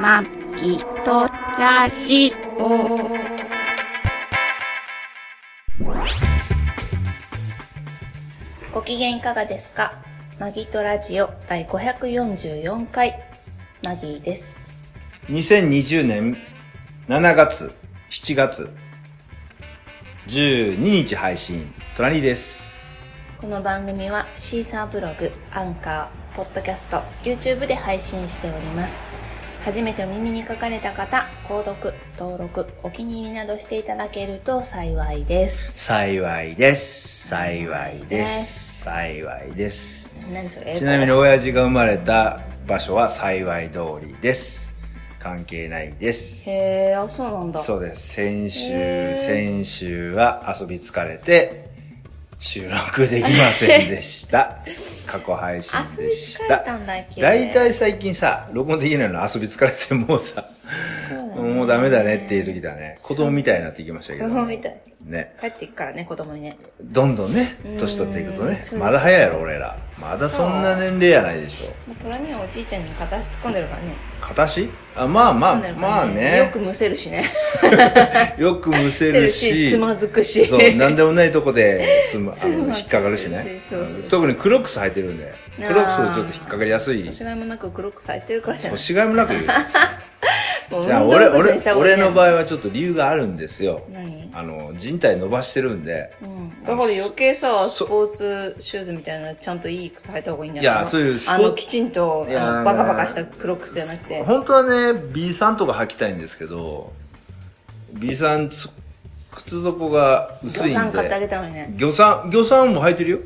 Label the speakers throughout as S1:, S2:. S1: まきとラジオ。ご機嫌いかがですかマギトラジオ第544回、マギーです。
S2: 2020年7月7月12日配信隣です
S1: この番組はシーサーブログ、アンカー、ポッドキャスト、YouTube で配信しております。初めてお耳に書かかれた方、購読、登録、お気に入りなどしていただけると幸いです。
S2: 幸いです幸いです幸いです
S1: 何でしょう英語
S2: ちなみに親父が生まれた場所は幸い通りです関係ないです
S1: へえ、あ、そうなんだ。
S2: そうです先週
S1: へー
S2: 先週は遊び疲れて収録できませんでした 過去配信
S1: 遊
S2: で
S1: び
S2: し
S1: 疲れ
S2: た
S1: たんだっけ
S2: 大体最近さ、録音できないの遊び疲れてもうさ、
S1: そうだね
S2: もうダメだねっていう時だね。子供みたいになってきましたけど。
S1: 子供みたい。
S2: ね。
S1: 帰っていくからね、子供にね。
S2: どんどんね、年取っていくと
S1: うんそう
S2: ね
S1: です。
S2: まだ早いやろ、俺ら。まだそんな年齢やないでしょ。
S1: もうトラにはおじいちゃんに片足突っ込んでるからね。
S2: 片足あ、まあま
S1: 突っ込ん
S2: あ
S1: でる、から
S2: まあ
S1: よ
S2: ね
S1: く。むせるしね。
S2: よくむせ
S1: むせ
S2: る
S1: るし、
S2: し。
S1: つまずくし。
S2: そう、なんでもないとこでつま、あ
S1: つま
S2: の
S1: ずくし
S2: 引っかかるしね
S1: そうそうそう。
S2: 特にクロックス履いてるんで。ク
S1: あー
S2: ロックスちょっと引っかかりやすい。
S1: 年代もなく黒く咲いてるからじゃない。
S2: しがいも なく言う。
S1: もう
S2: じゃあ俺、
S1: 運動靴
S2: 俺
S1: にした、方がいい
S2: 俺
S1: んじゃ
S2: の
S1: ない
S2: 場合はちょっと理由があるんですよ。
S1: 何
S2: あの、人体伸ばしてるんで。
S1: うん、だから余計さ、スポーツシューズみたいな、ちゃんといい靴履いた方がいいんじゃない
S2: いやそういうスポ
S1: あ
S2: ー
S1: の、きちんと、
S2: いや
S1: あの
S2: ー
S1: バカバカした黒くじゃなくて。
S2: 本当はね、B さんとか履きたいんですけど、B さん、つ靴底が薄いんで。
S1: さん買ってあげたのにね。
S2: 魚さん、魚さんも履いてるよ。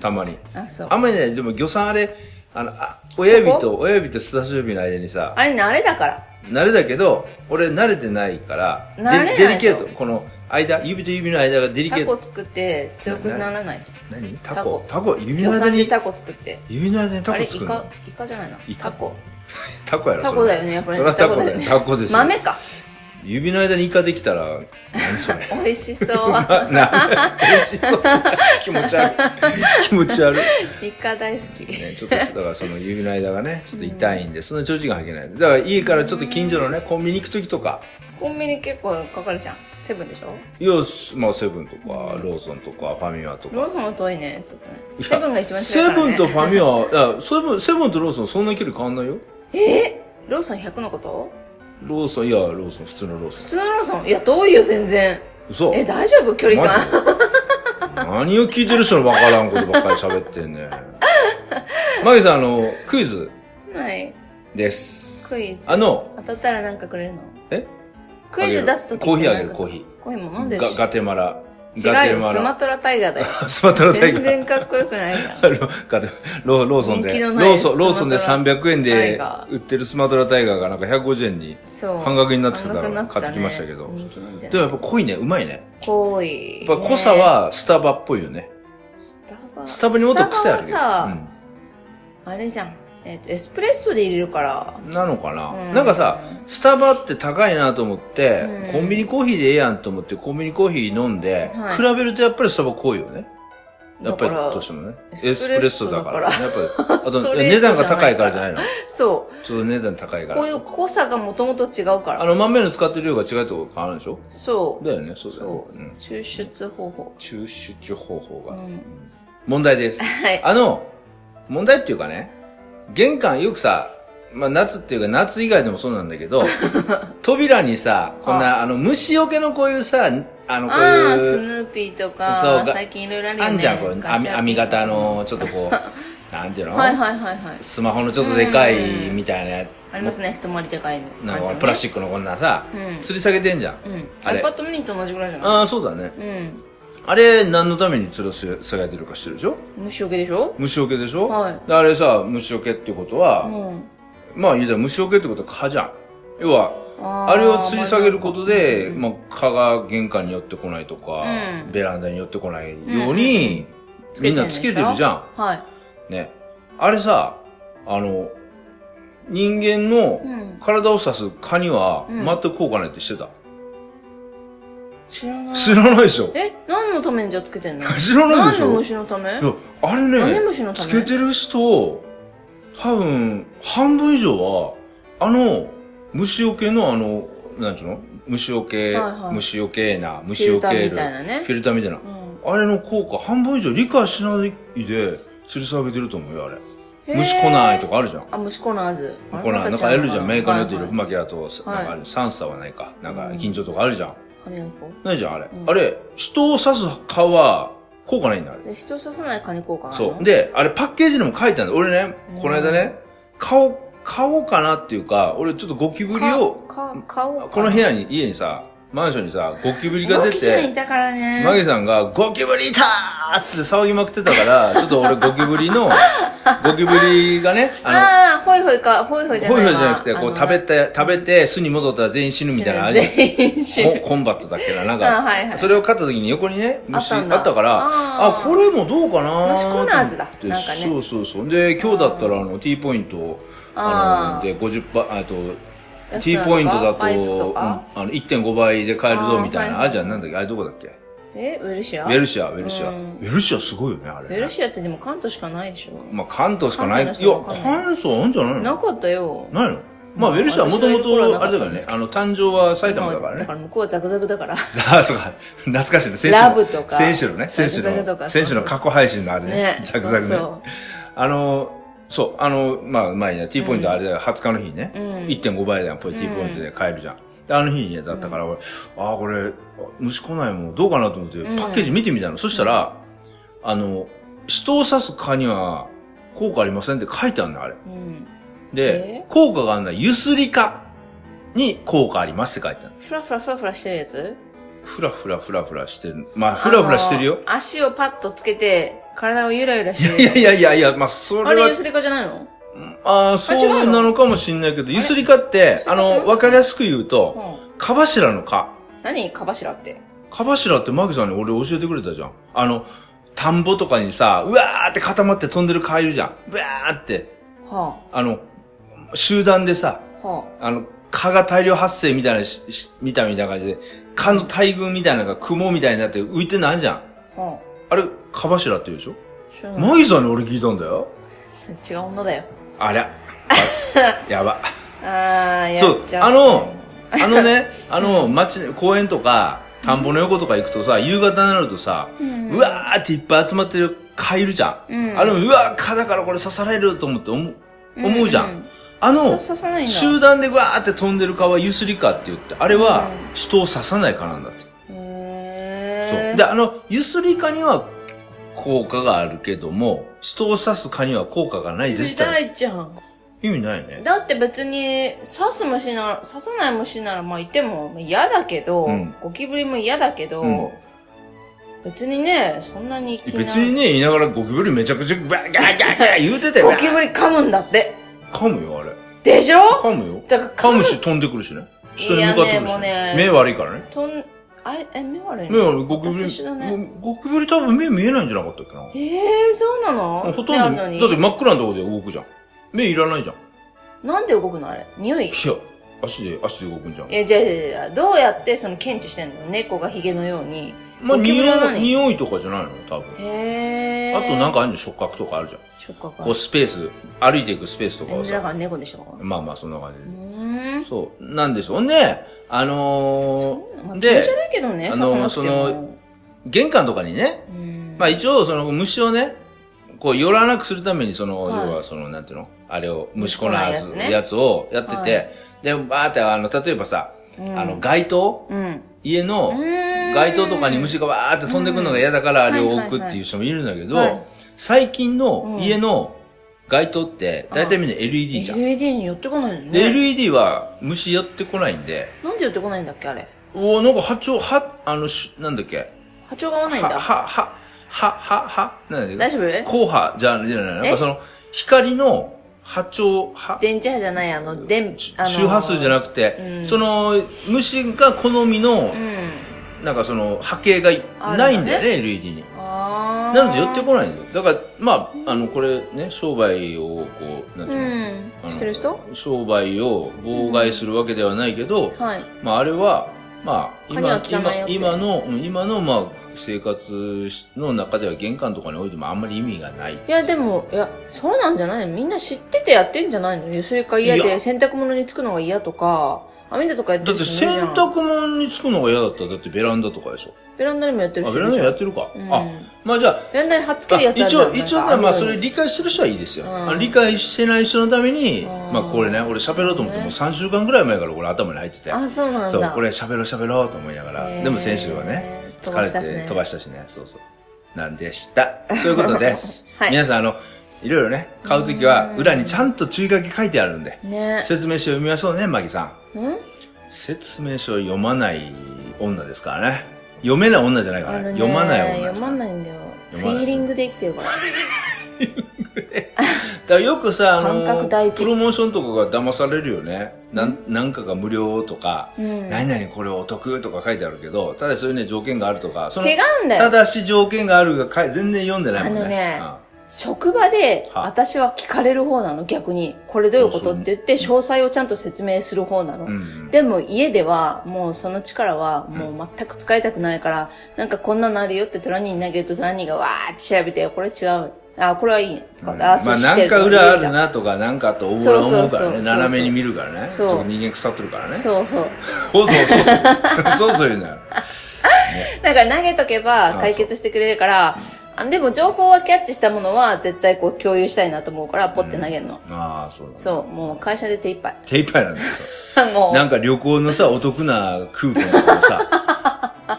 S2: たまに。
S1: あ、そう。
S2: あんまりね、でも魚さんあれ、あの、あ親指と、親指と人差し指の間にさ、
S1: あれ、慣れだから。
S2: 慣れだけど、俺慣れてないから、で
S1: 慣れないと
S2: デリケート、この間、指と指の間がデリケ
S1: タ
S2: ート
S1: コ。作って強くならないと。
S2: 何タ
S1: タコ
S2: コタコ指の
S1: 魚さ
S2: 間
S1: んで
S2: に、
S1: タコ作って。
S2: 指の間にタ
S1: あ
S2: コ
S1: れ、イ
S2: 作る
S1: カ
S2: の、
S1: イカじゃないの
S2: イカ
S1: タコ。
S2: タコやろ
S1: タ
S2: それ
S1: コだよね、やっぱり。
S2: それはタコだよタコですよ
S1: 豆か。
S2: 指の間にイカできたら、何 それ。
S1: 美味し そう。
S2: な、な、美味しそう。気持ち悪い。気持ち悪い。
S1: イカ大好き。
S2: ね、ちょっと、だからその指の間がね、ちょっと痛いんで、そんな長時間履けない。だから家からちょっと近所のね、コンビニ行くときとか、
S1: コンビニ結構かかるじゃん。セブンでしょ
S2: いや、まあセブンとか、ローソンとか、ファミマと
S1: ロ
S2: か。
S1: ーソンは遠いね、ちょっとね。
S2: いや
S1: セブンが一番近い
S2: セ
S1: から、ね。
S2: ブンとファミマ、いやセブン、セブンとローソンそんな距離変わんないよ。
S1: えーローソン100のこと
S2: ローソン、いや、ローソン、普通のローソン
S1: 普。通のローソンいや、遠いよ、全然。
S2: 嘘。
S1: え、大丈夫距離感。
S2: 何を聞いてる人のわからんことばっかり喋って んね。マギさん、あの、クイズ
S1: はい。
S2: です。
S1: クイズ
S2: あの、
S1: 当たったらなんかくれるの
S2: え
S1: クイズ出すとき
S2: コーヒーあげる
S1: なんかさ
S2: コーヒー。
S1: コーヒーも飲んでる
S2: ガ
S1: し。
S2: ガテマラ。ガ
S1: 違う
S2: テ
S1: よ、
S2: マ
S1: スマ
S2: ラ。
S1: トラタイガ ーだよ。
S2: スマトラ大
S1: 全
S2: 会。
S1: 然かっこよくないじゃん。
S2: ガテ ロローソン
S1: 人気
S2: で、
S1: の
S2: ロ
S1: ない
S2: ーソン、ローソンで
S1: スマトラ
S2: 300円
S1: タイ
S2: で
S1: ガー
S2: 売ってるスマトラタイガーがなんか150円に。
S1: そう。
S2: 半額になってたから
S1: 半額にな
S2: 買ってきましたけど
S1: 人気なんじゃ
S2: で
S1: ない
S2: もやっぱ濃いね、うまいね。
S1: 濃い。
S2: やっぱ濃さはスタバっぽいよね。
S1: ね、スタバ。
S2: スタバにもっと癖ある
S1: ス
S2: け
S1: タ
S2: ど
S1: バはさ、あれじゃん。えっ、と、エスプレッソで入れるから。
S2: うんなのかな、
S1: うん
S2: なんかさ、スタバって高いなと思って、
S1: うん
S2: コンビニコーヒーでええやんと思って、コンビニコーヒー飲んで、
S1: はい
S2: 比べるとやっぱりスタバ濃いよね。やっぱり
S1: だから
S2: どうしてもね。エ
S1: エ
S2: ス
S1: スプレッソ
S2: プレッソだか
S1: だ
S2: ら。やっ ぱり、あ
S1: スト
S2: と
S1: レート
S2: 値段が高いからじゃないの。
S1: そ。
S2: ちょっと値段高いうから。
S1: こういう濃さがもともと違うか
S2: あ
S1: ら。
S2: の、豆の使ってる量が違うと変わるでしょ
S1: そう。
S2: だよね、そうだよね
S1: そ。う
S2: う。ん。
S1: 抽出方法。
S2: 抽出方法
S1: う
S2: が。
S1: ん。
S2: 問題で す。
S1: はい。
S2: あの、問題っていうかね、玄関よくさ、まあ夏っていうか夏以外でもそうなんだけど、 扉にさ、こんな、あの、虫除けのこういうさ、あの、こう
S1: ああ、ス
S2: いう、
S1: ヌーピーと
S2: そ
S1: か
S2: う、が
S1: 最近いろいろあるよね。
S2: あんじゃん、これ、
S1: ガ
S2: 網
S1: チャピン
S2: 網型。の、ちょっとこう、 なんていうの、
S1: はいはいはいはい。
S2: スマホのちょっとでかいみたいなや
S1: ありますね、一回りでかいの。
S2: なんかプラス
S1: チ
S2: チックのこんなさ、
S1: うん
S2: 吊り下げてんじゃん。
S1: ック。うん。
S2: あれ
S1: iPad mini と同じぐらいじゃない
S2: ああ、そうだね。
S1: うん。
S2: あれ、何のために吊り下げてるか知ってるでしょ
S1: 虫除けでしょ
S2: 虫除けでしょ
S1: はい
S2: であれさ、虫除けっていうこと
S1: う
S2: は、
S1: ん。
S2: まあ言うたら虫除けってことは蚊じゃん。要は、
S1: あー
S2: あれを吊り下げることで、まあ蚊が玄関に寄ってこないとか、
S1: うん
S2: ベランダに寄ってこないように、みんなつけてるじゃ
S1: ん。はい。
S2: ん。ね。あれさ、あの、人間の
S1: うん
S2: 体を刺す蚊には
S1: うん
S2: 全く効果ないってしてた。
S1: 知らない。
S2: 知らないでしょ。
S1: え、何のためにじゃあつけてんの
S2: 知らないで
S1: 何
S2: し
S1: の
S2: ょ。
S1: 虫のため
S2: いや、あれ
S1: カメ
S2: ね
S1: ムシの、ため
S2: つけてる人、多分、半分以上は、あの、虫除けのあの、なんちゅうの虫除け、
S1: はいはい
S2: 虫除けな、虫除け
S1: フィ
S2: る
S1: ルターみたいなね
S2: フィルターみたいな。
S1: うん
S2: あれの効果、半分以上理解しないで、吊り下げてると思うよ、あれ。
S1: へー
S2: 虫来ないとかあるじゃん。
S1: あ虫コナーズ
S2: このなんかやるじゃん。メーカーによって
S1: る
S2: るふまきだと、
S1: い
S2: なんかあれ、サンサはないか。なんか、緊張とかあるじゃん。
S1: 歯磨き粉
S2: ないじゃん、あれ。あれ、人を刺す蚊は、効果ないんだ、あれ。
S1: で人を刺さない蚊に効果があるの
S2: そう。で、あれパッケージにも書いてあるんだ。俺ね、この間ね、買おう、買おうかなっていうか、俺ちょっとゴキブリを、
S1: か顔
S2: この部屋に、家にさ、マンションにさ、ゴキブリが出
S1: ゴキちゃんい
S2: て、
S1: たからね
S2: マギさんが、ゴキブリいたーっつって騒ぎまくって たから、ちょっと俺ゴキブリの、ゴキブリがね、あ
S1: ああーホイホイかホイホイ
S2: の、
S1: じゃ
S2: ホ
S1: な
S2: イ
S1: いわ
S2: ホイじゃなくて、こ
S1: あ
S2: う
S1: の
S2: 食べて、食べて、巣に戻ったら全員死ぬみたいな、あれじゃん
S1: 全員知
S2: コン
S1: る
S2: コンバットだっけな、なんか、
S1: あはいはい
S2: それを買った時に横にね、虫
S1: あ
S2: あ
S1: った
S2: っ
S1: んだ
S2: たから、
S1: あ
S2: あ
S1: ー
S2: これもどうかな
S1: 虫コーナーズだ
S2: と思っ
S1: なん
S2: て
S1: かね
S2: そうそうそう。で、今日だったら、あの、T ポイントを、あ
S1: あ
S2: の、
S1: ー
S2: で、50パ、あと、
S1: 安いのか
S2: T ポイントだと、
S1: バイ
S2: う
S1: ツと
S2: ん
S1: か
S2: あの、1.5倍で買えるぞ、みたい
S1: あーはい
S2: な。
S1: はい
S2: あ、じゃあなんだっけあれどこだっけ
S1: えウェルシア
S2: ウェルシア、ウェルシア。
S1: う
S2: ウ
S1: ん
S2: ェルシアすごいよね、あれ
S1: ウ
S2: ね。
S1: ェルシアってでも関東しかないでしょ
S2: まあ、関東しかない。いや
S1: 関西の人は、関
S2: 関東あんじゃない
S1: な
S2: の
S1: かったよ
S2: ないのまあ、ウェルシアはもともと、あれだからね、あの、誕生は埼玉だから
S1: まあ
S2: ね
S1: だか。ら向こうはザクザクだから
S2: ああ、そうか。懐かしいね。選手
S1: ラブとか
S2: 選手のね、選手
S1: ザクザクとか
S2: の、選手の過去配信のあれね
S1: ね。
S2: ザクザク
S1: そう
S2: ね。あの、そう、あの、まあ、前ね、T ポイントあれだよ、20日の日にね、1.5倍だよ、これ T ポイントで買えるじゃん。であの日にね、だったから俺、ああ、これ、虫来ないもん、どうかなと思って、パッケージ見てみたの。そしたら、あの、人を刺す蚊には効果ありませんって書いてあるの、あれ。
S1: そううん
S2: で
S1: え、
S2: 効果があるのは、ゆすり蚊に効果ありますって書いてあるの。
S1: フラフラフラフラしてるやつ
S2: ふらふらふらふらしてる。まあ、ふらふらしてるよ
S1: あ。の足をパッとつけて、体をゆらゆらしてる
S2: いやいやいやいや、まあ、そ
S1: あ
S2: れ
S1: れ、ゆ
S2: は、
S1: すりかじゃないの
S2: ああ、
S1: あ
S2: そ
S1: 違うの
S2: うなのかもしれないけど、ゆすりかって、
S1: そ
S2: あ
S1: ういうこと
S2: の、わかりやすく言う
S1: う
S2: と、
S1: ん。
S2: かばしらのか。
S1: 何かばしらって。
S2: かばしらってマギさんに俺教えてくれたじゃん。あの、田んぼとかにさ、うわーって固まって飛んでるカエルじゃん。うわーって。
S1: は
S2: あの、集団でさ、
S1: あ、は
S2: あの、蚊が大量発生みたいなし、しみたいみたいな感じで、蚊の大群みたいなのが雲みたいになって浮いてないじゃん。
S1: あ、は
S2: あれ、かばしらって言うでしょ
S1: あ。知らない
S2: マギさんに俺聞いたんだよ。
S1: 違う女だよ。
S2: あ ら。やば。
S1: あー、
S2: そ
S1: や
S2: う
S1: っち、ゃ
S2: あ
S1: う。
S2: の、 あのね、あの、街、公園とか、田んぼの横とか行くとさ、夕方になるとさ、うわーっていっぱい集まってる蚊いるじゃん。
S1: うん
S2: あれも、うわー、蚊だからこれ刺されると思って思う、思うじゃん。
S1: うんうん
S2: あの、
S1: 刺さないんだ
S2: 集団でわーって飛んでる蚊はゆすり蚊って言って、あれは人を刺さない蚊なんだって。
S1: へ
S2: そう。
S1: ー。
S2: で、あの、ゆすり蚊には効果があるけども、人を刺す蚊には効果がないですって
S1: 痛いじゃん。
S2: 意味ないね。
S1: だって別に、刺す虫なら、刺さない虫なら、まあいても嫌だけど、
S2: うん
S1: ゴキブリも嫌だけど、
S2: うん
S1: 別にね、そんなに気
S2: 別にね、言いながらゴキブリめちゃくちゃバーガーガーガー言うてたよ。
S1: ゴキブリ噛むんだって。
S2: 噛むよ、あれ。
S1: でしょ
S2: 噛むよ。
S1: だから
S2: 噛
S1: む
S2: むし飛んでくるしね。人に向かってくる
S1: いやねも
S2: し
S1: う
S2: ね
S1: ね。
S2: 目悪いからね。
S1: とん、あえ、目悪い
S2: 目
S1: の
S2: 悪い。ゴキブ
S1: 私一緒だ
S2: リ、
S1: ね。
S2: ゴキブリ多分目見えないんじゃなかったっけな。
S1: ええー、そうなの
S2: ほとん
S1: 目ある
S2: ど、だ
S1: の
S2: って
S1: に
S2: 真っ暗なとこで動くじゃん。目いらないじゃん。い
S1: なんで動くのあれ匂い
S2: や、足で、足で動くんじゃん
S1: い。や、じゃあじゃあじゃあどうやってその検知してんの猫がヒゲのように。
S2: まあ、
S1: ゴキブ
S2: 匂
S1: リは何
S2: い、匂いとかじゃないの多分。
S1: へえ。
S2: あとなん
S1: か、
S2: かあるじゃん、触覚とかあるじゃん。
S1: 触覚
S2: こうスペース、歩いていくスペースとかを
S1: えだか
S2: さ。
S1: ら猫でしょ
S2: まあまあ、そんな感じ
S1: う
S2: で。
S1: ーん。
S2: そう。なんですよ。ほんで、あの
S1: そうなのまあ気持
S2: ー、で
S1: ち、悪いけどね、刺さ
S2: あの
S1: なくても
S2: その、玄関とかにね、
S1: うん
S2: まあ一応その虫をね、こう寄らなくするためにその、
S1: はい
S2: 要はその、なんていうのあれを、虫コナー
S1: 虫
S2: ズ
S1: 粉のやつね
S2: やつをやってて、
S1: はい
S2: で、バーってあの、例えばさ、
S1: うん
S2: あの街灯
S1: うん。
S2: 家の
S1: ーん
S2: 街灯とかに虫がわーって飛んでくるのが嫌だからあれを置くっていう人もいるんだけど、
S1: はいはいはいはい
S2: 最近の家の街灯って大体みんな LED じゃん。
S1: LED に寄ってこないの
S2: で、
S1: ね。
S2: LED は虫寄ってこないんで、
S1: なんで寄ってこないんだっけあれ。
S2: おーなんか波長、は、あの、しなんだっけ
S1: 波長が合わないん
S2: は、は、
S1: だ。
S2: は、は、は、は、なんだ
S1: 大
S2: っけ
S1: 丈夫
S2: 硬波じゃない、じゃない、なん
S1: え
S2: かその、光の波長、波、
S1: 電磁波じゃない、あの、電、あのー
S2: 周波数じゃなくて、
S1: うん
S2: その、虫が好みの
S1: う、ん。
S2: なんかその、波形がいないんだよ
S1: あるんだ
S2: ね、LED に。
S1: あー。
S2: なので寄ってこないんだよ。だから、まあ、あの、これね、商売を、こう、なんていうのあ
S1: うん。
S2: の
S1: 知ってる人
S2: 商売を妨害するわけではないけど、
S1: はい。
S2: まあ、あれは、まあ、
S1: 蚊には効かないよ
S2: 今、
S1: って
S2: 今の、うん今の、まあ、生活の中では玄関とかに置いてもあんまり意味がない。
S1: いや、でも、いや、そうなんじゃないのみんな知っててやってんじゃないのゆすりか嫌
S2: い
S1: で
S2: や
S1: 洗濯物につくのが嫌とか、網戸とかやって
S2: だっ
S1: る
S2: て
S1: 人もいるじゃ
S2: 洗
S1: ん。
S2: 濯物につくのが嫌だったら、だってベランダとかでしょ。
S1: ベランダでもやってる
S2: あ、
S1: 人
S2: ベ
S1: い
S2: ラ
S1: る
S2: ン
S1: じ
S2: ダ
S1: ゃん
S2: やってるか。
S1: う
S2: あ
S1: ん、
S2: まあじゃあ、
S1: ベランダに貼っつけ
S2: あ
S1: るやつある
S2: 一
S1: じゃん
S2: 応、一応
S1: なんか
S2: ね、ま
S1: 網
S2: あ、
S1: 戸
S2: そ
S1: に
S2: れ理解してる人はいいですよ。
S1: うん
S2: あの理解してない人のために、
S1: ん
S2: まあ、これね、俺喋ろうと思って、もう3週間ぐらい前からこれ頭に入ってて。
S1: あ、そうなんだ。
S2: そう、これ喋ろう喋ろうと思いなが
S1: へ
S2: ら。
S1: ー
S2: でも先週はね、
S1: 飛
S2: 疲
S1: ば
S2: れ
S1: したしね
S2: て飛ばしたしね、そうそう。なんでした。そういうことです。
S1: はい
S2: 皆さん、あの、いろいろね、買うときは、裏にちゃんと注意書き書いてあるんで、
S1: ね。
S2: 説明書読みましょうね、マギさん。
S1: うん
S2: 説明書読まない女ですからね。読めない女じゃないか
S1: あ
S2: ら
S1: の
S2: ね。
S1: ね、
S2: 読まない女です
S1: 読
S2: から
S1: ま
S2: ね
S1: ないんだよ。フ
S2: 読まない
S1: ィーリングで生きてるから。
S2: だからよくさ、あ
S1: 感覚大
S2: の、
S1: 事
S2: プロモーションとかが騙されるよね。なん、なんかが無料とか、
S1: うん
S2: 何々これお得とか書いてあるけど、ただそういうね、条件があるとか、その
S1: 違うんだ
S2: た
S1: よ。
S2: だし条件があるがかい全然読んでないもんね。
S1: あのね
S2: うん
S1: 職場で、
S2: は
S1: 私は聞かれる方なの、逆に。これどういうこと
S2: あそう
S1: って言って、詳細をちゃんと説明する方なの。
S2: うん
S1: でも家ではもうその力はもう全く使いたくないから、なんかこんなのあるよってトラニーに投げるとトラニーがわーって調べて、これ違う。あ、これはいいね。とかって、あ、
S2: ま
S1: そう
S2: あ
S1: 知っ
S2: な
S1: て
S2: ん
S1: ると
S2: か
S1: か
S2: 裏あ
S1: 言うじゃ
S2: るなとか、なんかと思う
S1: そうそうそう
S2: から
S1: そう
S2: ね。斜めに見るからね。ち
S1: そ
S2: ょ
S1: う
S2: っと人間腐ってるからね。そう
S1: そうそう。
S2: そうそう。 そうそう言うなよ。
S1: だから投げとけば解決してくれるから、あでも情報はキャッチしたものは絶対こう共有したいなと思うから、ポって投げるの。
S2: ああ、そうだ、ね。
S1: そう、もう会社で手一杯。
S2: 手一杯なんですよ。
S1: もう。
S2: なんか旅行のさ、お得なクーポンとか さ、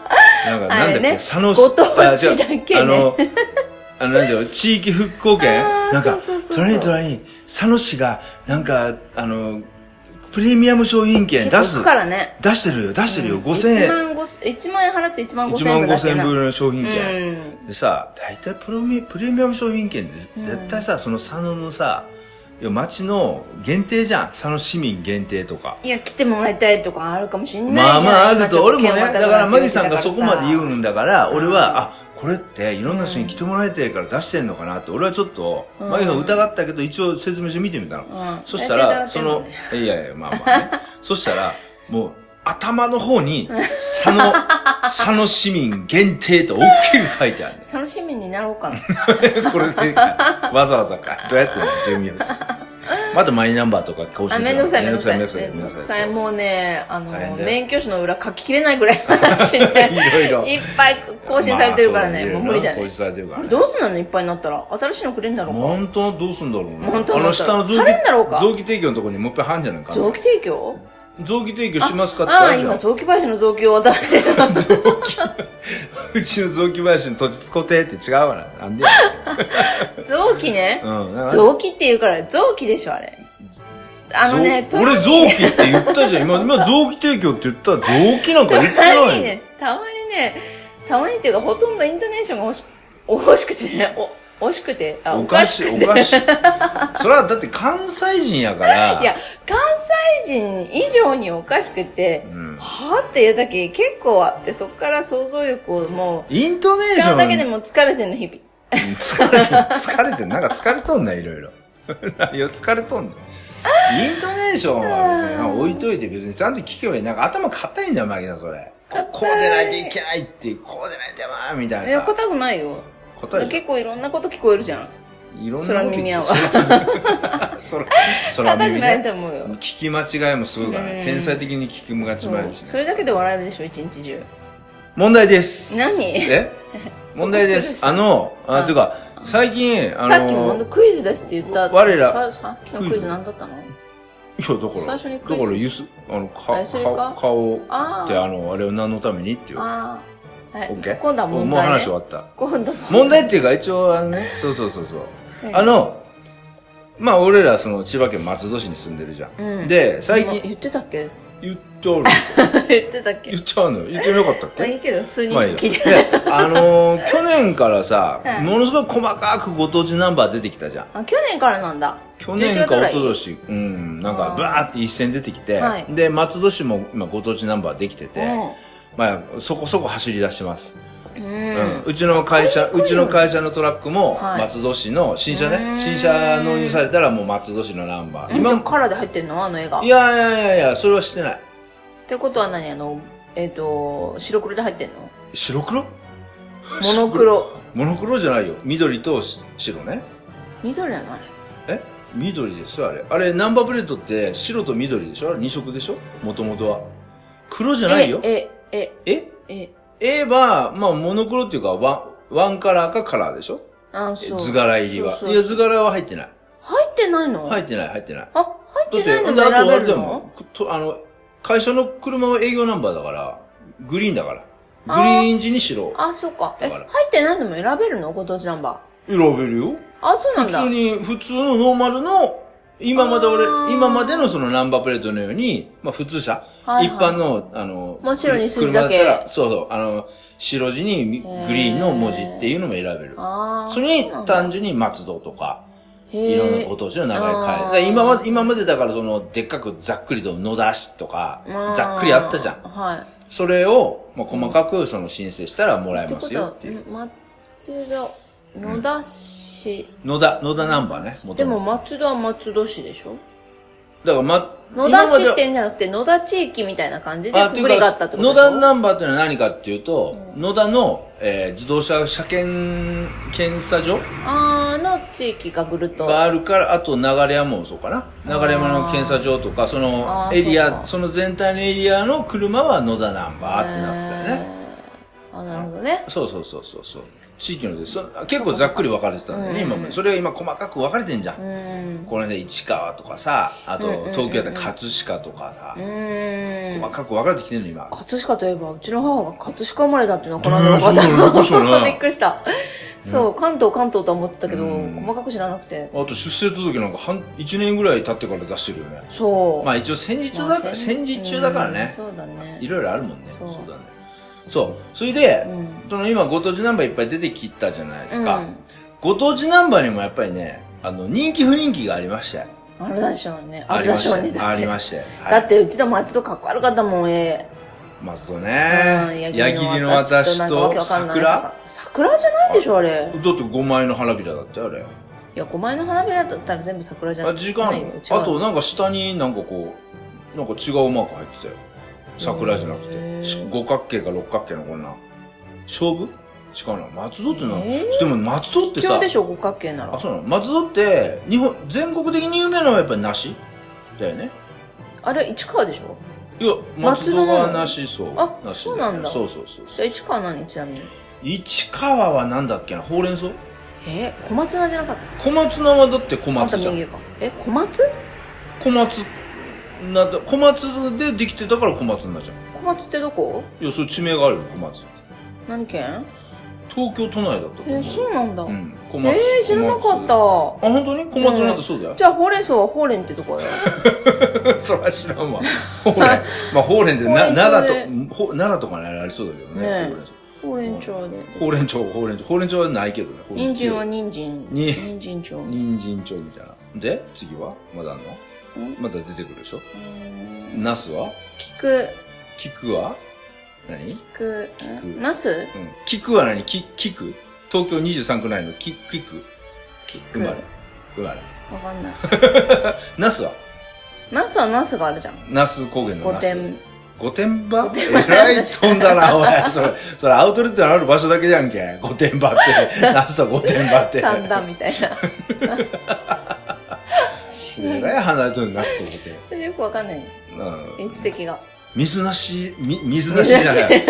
S2: なんかなんだっけ、
S1: あれね
S2: 佐野市
S1: ご当地だっけね
S2: あ違うあの、あの、なんだよ、地域復興券
S1: あー
S2: なんか
S1: そうそうそうそ、う
S2: トラニートラニー、佐野市が、なんか、あの、プレミアム商品券
S1: 結
S2: 出
S1: 構
S2: す
S1: 行く、からね。
S2: 出してるよ、出してるよ、5000
S1: 1
S2: 円。
S1: 万5千、1万円払って1万5
S2: 1
S1: 千円
S2: 万
S1: 分だっけ
S2: 5000
S1: な。
S2: 円分の商品券。
S1: う
S2: でさ、大体プロミプレミアム商品券って絶対さ、その佐野のさ、いや町の限定じゃん。佐野市民限定とか。
S1: ん。いや、来てもらいたいとかあるかもしんないじゃん。
S2: まあまああると、俺もね、だからマギ
S1: ギ
S2: さんがそこまで言
S1: う。
S2: うんだから、俺は、あ、これっていろんな人に来てもらいたいから出してんのかなって、俺はちょっと、マギさん疑ったけど、一応説明して見てみたの
S1: ん。
S2: そした
S1: や
S2: ら、
S1: って
S2: そ
S1: たら
S2: の、いやいや、まあま あね。そしたら、もう、頭の方に、佐野、 佐野市民限定と大きく書いてある。
S1: 楽しみになろうかな。
S2: これで、わざわざか。どうやってね、住民を移して。またマイナンバーとか更新
S1: あ、
S2: する
S1: めんどくさい、めんどくさい。
S2: め
S1: め
S2: んどくさい、
S1: んどくさい。
S2: めんどくさい
S1: もうね、あの
S2: 大変、だよ、
S1: 免許証の裏書ききれないぐらい話で
S2: いろいろ
S1: っぱい更新されてるからね、
S2: まあ
S1: もう無理だ
S2: そう
S1: よ
S2: いろい
S1: ね
S2: ろ更新。されてるから
S1: あれ
S2: ね。
S1: どうすんのいっぱいになったら。新しいのくれんだろう
S2: 本当どうすんだろうね。
S1: 本当
S2: あの下の
S1: 本
S2: 臓
S1: 当貼るんだろうか
S2: 器、臓器提供のところにもう一回貼んじゃないか
S1: か
S2: な。
S1: 臓器提供
S2: 臓器提供しますかって
S1: ああ、
S2: るじゃ
S1: 今、
S2: ん。
S1: 臓器林の臓器を渡れる。
S2: うちの臓器林の土地使ってって違うわな。なんでや
S1: 臓器ね。
S2: ねん。うん。なんか
S1: 臓器って言うから、臓器でしょ、あれ。あのね、
S2: 臓俺
S1: ト
S2: 臓器って言ったじゃん。今、今臓器提供って言ったら臓器なんか言って
S1: たま
S2: な
S1: に
S2: い
S1: ね、たまにね、たまにっていうか、ほとんどイントネーションが欲し、欲しくてね、お、惜しくて、あ
S2: の。おか しい、おかしい。それはだって関西人やから。
S1: いや、関西人以上におかしくて、
S2: うん。
S1: はぁって言うだけ結構あって、そこから想像力をも
S2: イントネー
S1: う、
S2: ション。
S1: 使うだけでも疲れてんの、日々。
S2: 疲れてる、疲れてる、なんか疲れとんね、いろい ろ。何を疲れとんね。イントネーションは別に置いといて別にちゃんと聞けばいい。なんか頭硬いんだよ、マギさん、それ。 こうこうでないといけないって、こうでないとやばいみた
S1: い
S2: い
S1: や、
S2: なさ。
S1: 硬くないよ。
S2: 答えじゃ
S1: 結構いろんなこと聞こえるじゃん。
S2: んいろんな
S1: 空耳やわ硬
S2: 空耳。空
S1: く
S2: 耳
S1: ない
S2: ね。
S1: と思うよ。
S2: 聞き間違いもすごいからね。
S1: うん
S2: 天才的に聞き間違い
S1: そ
S2: も
S1: う
S2: し
S1: それだけで笑えるでしょ、一日中。
S2: 問題です。
S1: 何
S2: え問題
S1: そ
S2: で
S1: こスルーし
S2: す。
S1: た
S2: あの、あ、ていうか、最近、あの、
S1: さっきも本当クイズですって言った。
S2: 我ら
S1: ささっきのクイズ何だったの
S2: いや、だか
S1: 最
S2: ら、
S1: 初にクイ
S2: だ
S1: ズ
S2: から、ゆす、あの、か、
S1: あゆすりか
S2: か顔って、
S1: あー
S2: あの、あれを何のためにっていう。オ
S1: ああ。はい
S2: ッケー
S1: 今度は問
S2: もう話
S1: 題、
S2: 終
S1: ね。
S2: わった。
S1: 今度は
S2: 問題っていうか、一応、あのね、そうそうそうそう。
S1: 何
S2: あの、まあ、俺ら、その、千葉県松戸市に住んでるじゃん。
S1: うん
S2: で、最
S1: 今
S2: 近、
S1: 言ってたっけ
S2: 言っ てある。
S1: 言ってたっけ
S2: 言っちゃうのよ。言ってなかったっ
S1: まあい
S2: け
S1: いけど、数人
S2: まあ
S1: し
S2: いい
S1: か
S2: や
S1: 聞いてない。
S2: で、あのー、去年からさ
S1: は、い
S2: ものすごい細かくご当地ナンバー出てきたじゃん。
S1: あ、去年からなんだ。
S2: 去年
S1: 11月
S2: か
S1: ぐ
S2: 一
S1: らい
S2: 昨年うん、なんか、
S1: あー
S2: バーって一戦出てきて
S1: はい、
S2: で、松戸市も今ご当地ナンバーできてて、
S1: う
S2: まあ、そこそこ走り出してます。
S1: ん。
S2: う
S1: うん
S2: ん。うちの会社、
S1: こいいう
S2: ちの会社のトラックも、
S1: はい
S2: 松戸市の、新車
S1: うー
S2: ね
S1: ん。
S2: 新車納入されたらもう松戸市のナンバー。
S1: 今
S2: 今、
S1: カラーで入ってんのあの絵が。
S2: い
S1: っ
S2: やいやいやいや、それはしてない。
S1: てことは何あの、えっ、と、白黒で入ってんの
S2: 白黒
S1: モノクロ。
S2: モノクロじゃないよ。緑と白ね。
S1: 緑なのあれ。
S2: え緑ですよ、あれ。あれ、ナンバープレートって白と緑でしょあれ2色でしょもともとは。黒じゃないよ。
S1: え、え、
S2: え
S1: え、え、
S2: えは、まあ、モノクロっていうか、ワン、ワンカラーかカラーでしょ
S1: あ、
S2: え
S1: そう。
S2: 図柄入りは。
S1: そう
S2: い
S1: そう
S2: や、図柄は入ってない。
S1: 入ってないの
S2: 入ってない、入ってない。
S1: あ、入
S2: だ
S1: っ
S2: って
S1: な
S2: て、
S1: い
S2: ほ
S1: の
S2: んで、
S1: も選べ
S2: あと、あれだ
S1: る
S2: もん
S1: の。
S2: とあの、会社の車は営業ナンバーだから、グリーンだから。
S1: あー
S2: グリーン時に白。
S1: あ、そうか。え、
S2: だから
S1: 入ってないのも選べるのご当地ナンバ
S2: 選べるよ。
S1: ー。あ、そうなん
S2: 普
S1: だ。
S2: 通に、普通のノーマルの、今まで
S1: あー
S2: 俺、今までのそのナンバープレートのように、まあ普通車、
S1: はいはい
S2: 一般の、あの、
S1: 真っ白に数字
S2: 車
S1: だ
S2: だっ
S1: け
S2: たら、そうそう、あの、白地にみグ
S1: へー
S2: リーンの文字っていうのも選べる。
S1: ああ。
S2: それに
S1: うなんだ
S2: 単純に松戸とか、いろん
S1: へ
S2: な
S1: え
S2: ご。当地の名前変える。だ
S1: あー
S2: から今は、今までだからその、でっかくざっくりと野田市とか
S1: あー、
S2: ざっくりあったじゃん。
S1: はい。
S2: それを、まあ細かくその申請したらもらえますよっていう。
S1: てことは松田、野田市。
S2: 野田、野田ナンバーね、元々
S1: でも、松戸は松戸市でしょ
S2: だからま、
S1: 野田市
S2: 今
S1: っ
S2: まで
S1: てんじゃなくて、野田地域みたいな感じで
S2: あ、
S1: くくりがあったってこと
S2: 野
S1: でしょ
S2: 田ナンバーっていうのは何かっていうと、野田の、えー自動車車検、検査所
S1: あーの地域がぐるっと。
S2: があるから、あと流山もそうかな。流山の検査場とか、そ
S1: あ
S2: の
S1: ー
S2: エリ
S1: そう
S2: ア、
S1: か
S2: その全体のエリアの車は野田ナンバーってなってたよね。
S1: ね。あ、なるほどね。
S2: そうそうそうそうそう。地域ので、そ結構ざっくり分かれてたんだよね、今まで。それが今細かく分かれてんじゃん。
S1: うん。
S2: この辺で市川とかさ、あと
S1: うんうんうんうん
S2: 東京だったら葛飾とかさ
S1: う、ーん。
S2: 細かく分かれてきてるの今。
S1: 葛飾といえば、うちの母が葛飾生まれだっていうのはこの間分かった。
S2: ねえそうだよね
S1: びっくりした。そう、関東関東とは思ってたけど、
S2: うん
S1: 細かく知らなくて。
S2: あと出生届なんか半、1年ぐらい経ってから出してるよね。
S1: そう。
S2: まあ一応戦時中だ
S1: ま
S2: か
S1: あ
S2: ら、戦時中だから
S1: うん
S2: ね。
S1: そうだね。
S2: いろいろあるもんね。
S1: そ
S2: そううだね。そう。それで、
S1: うん
S2: その今ご当地ナンバーいっぱい出てきたじゃないですか。
S1: うん
S2: ご当地ナンバーにもやっぱりね、あの、人気不人気がありまして。
S1: あれだしょうね。あれ
S2: りま
S1: だし
S2: し
S1: ょ
S2: た
S1: うね。だ
S2: あ
S1: って
S2: り。まして。
S1: だ
S2: はい
S1: っ。てうちの松戸かっこ悪かったもん、え
S2: まず
S1: え。
S2: ね、
S1: うん
S2: 矢切の私
S1: なんかわけ
S2: と
S1: わかんない
S2: 桜。だ
S1: 桜じゃないでしょ、あれ。
S2: って5枚の花びらだったよ、あれ。
S1: いや、5枚の花びらだったら全部桜じゃな
S2: あ、
S1: い
S2: 時間あ
S1: ない
S2: る
S1: よ
S2: の
S1: 違う
S2: あとなんか下になんかこう、なんか違うマーク入ってたよ。桜じゃなく
S1: へー
S2: て。し五角形か六角形のこんな。勝負違うな。松戸ってな、
S1: え
S2: でも松戸って
S1: 貴重
S2: さ
S1: で、しょ、五角形な
S2: あ、
S1: ら。
S2: そうなの松戸って、日本、全国的に有名なのはやっぱり梨だよね。
S1: あれ、市川でしょ
S2: いや、松戸
S1: 松戸な
S2: が
S1: の
S2: 梨、そう。
S1: あ
S2: 梨
S1: そうなんだ
S2: そうそうそう
S1: じゃあ市川何ちなみに。
S2: 市川はなんだっけなほうれん草
S1: え小松菜じゃなかった
S2: 小松菜はだって小
S1: あんた
S2: 松じゃん。
S1: 右か。え、小松
S2: 小松、なんだ、小松でできてたから小松菜じゃん。
S1: 小松ってどこ
S2: いや、そういう地名があるよ、小松。
S1: 何県
S2: 東京都内だったと思
S1: え、そうなんだ。
S2: う。うん、小松。
S1: えー、知らなかっ
S2: 小松
S1: た。
S2: あ、本当に小松なんてそうだよ。
S1: じゃあ、ほうれん草はほうれんってとこだよ。
S2: そら知らんわ。ほうれん。まあ、ほうれんって、
S1: ほうれ
S2: な、
S1: ん草
S2: 奈
S1: で
S2: 良と、ほ奈良とかにありそうだけどね。
S1: ねえ
S2: ほうれん 草
S1: ほうれん町で。
S2: ほうれん町、ほうれん町。ほうれん町はないけどね。ほうれん
S1: 人
S2: 草
S1: 参は人参。
S2: に
S1: 人参町。う
S2: 人参町みたいな。で、次はまだあんの
S1: ん
S2: まだ出てくるでしょ
S1: ーん
S2: ナスは
S1: 菊、
S2: 菊は何うん。
S1: 菊、
S2: 菊
S1: んナス
S2: 菊は何き菊東京23区内のき菊
S1: 菊。
S2: 生まれ
S1: わ。
S2: 生まれ。
S1: かんない。
S2: ナスは
S1: ナスはナスがあるじゃん。
S2: ナス高原の
S1: 御
S2: ナス。
S1: 殿。
S2: 御殿場えらい飛んだな、おい。それ、それアウトレットのある場所だけじゃんけ。御殿 場って。ナスと御殿場って。
S1: 三段みたい
S2: えらい離れとるナスと御殿
S1: な。よくわかんない。
S2: うん。
S1: え、知的が。
S2: 水なし、み、水なしじゃない。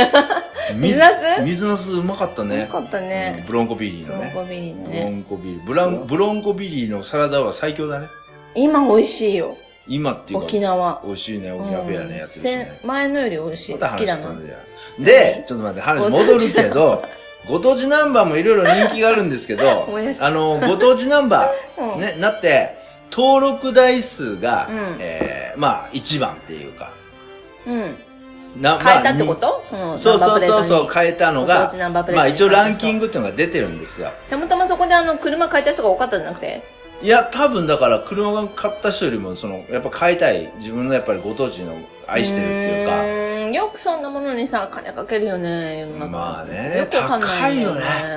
S1: 水なす
S2: 水なすうまかったね。
S1: よかった
S2: うん
S1: ね。
S2: ブロンコビリー
S1: ブ
S2: の
S1: ロン
S2: ね。
S1: コビリーの
S2: ブロ
S1: ね。
S2: ンコビリー。ブラン、ブロンコビリーのサラダは最強だね。
S1: 今美味しいよ。
S2: 今っていうか、
S1: 沖縄。
S2: 美味しいね、沖縄フェアね、やってるし
S1: うん
S2: ね
S1: せ。ん前のより美味しい。好きだ
S2: また話
S1: な
S2: 飛。んでるで、ちょっと待って、話戻るけど、ご当地ナンバーもいろいろ人気があるんです けど
S1: 燃やし、た
S2: あの、ご当地ナンバ
S1: う
S2: ー、
S1: ん
S2: ね、なって、登録台数が、
S1: うん
S2: えー、まあ、一番っていうか、
S1: うん。
S2: な
S1: 変えたってこ
S2: まあ
S1: とその、
S2: にそうそうそう
S1: ナン
S2: そう
S1: バー、プレートに
S2: 変えたの
S1: ご
S2: が
S1: 当地ナンバー、プレー
S2: ま
S1: ト
S2: あ
S1: に
S2: 一応ランキングっていうのが出てるんですよ。
S1: たまたまそこであの、車買いた人が多かったんじゃなくて。
S2: いや、多分だから車が買った人よりも、その、やっぱ買いたい、自分のやっぱりご当地の愛してるっていうか、
S1: ーんよくそんなものにさ、金かけるよね、世の中
S2: まあね
S1: よくわかんないだ
S2: 高いよ。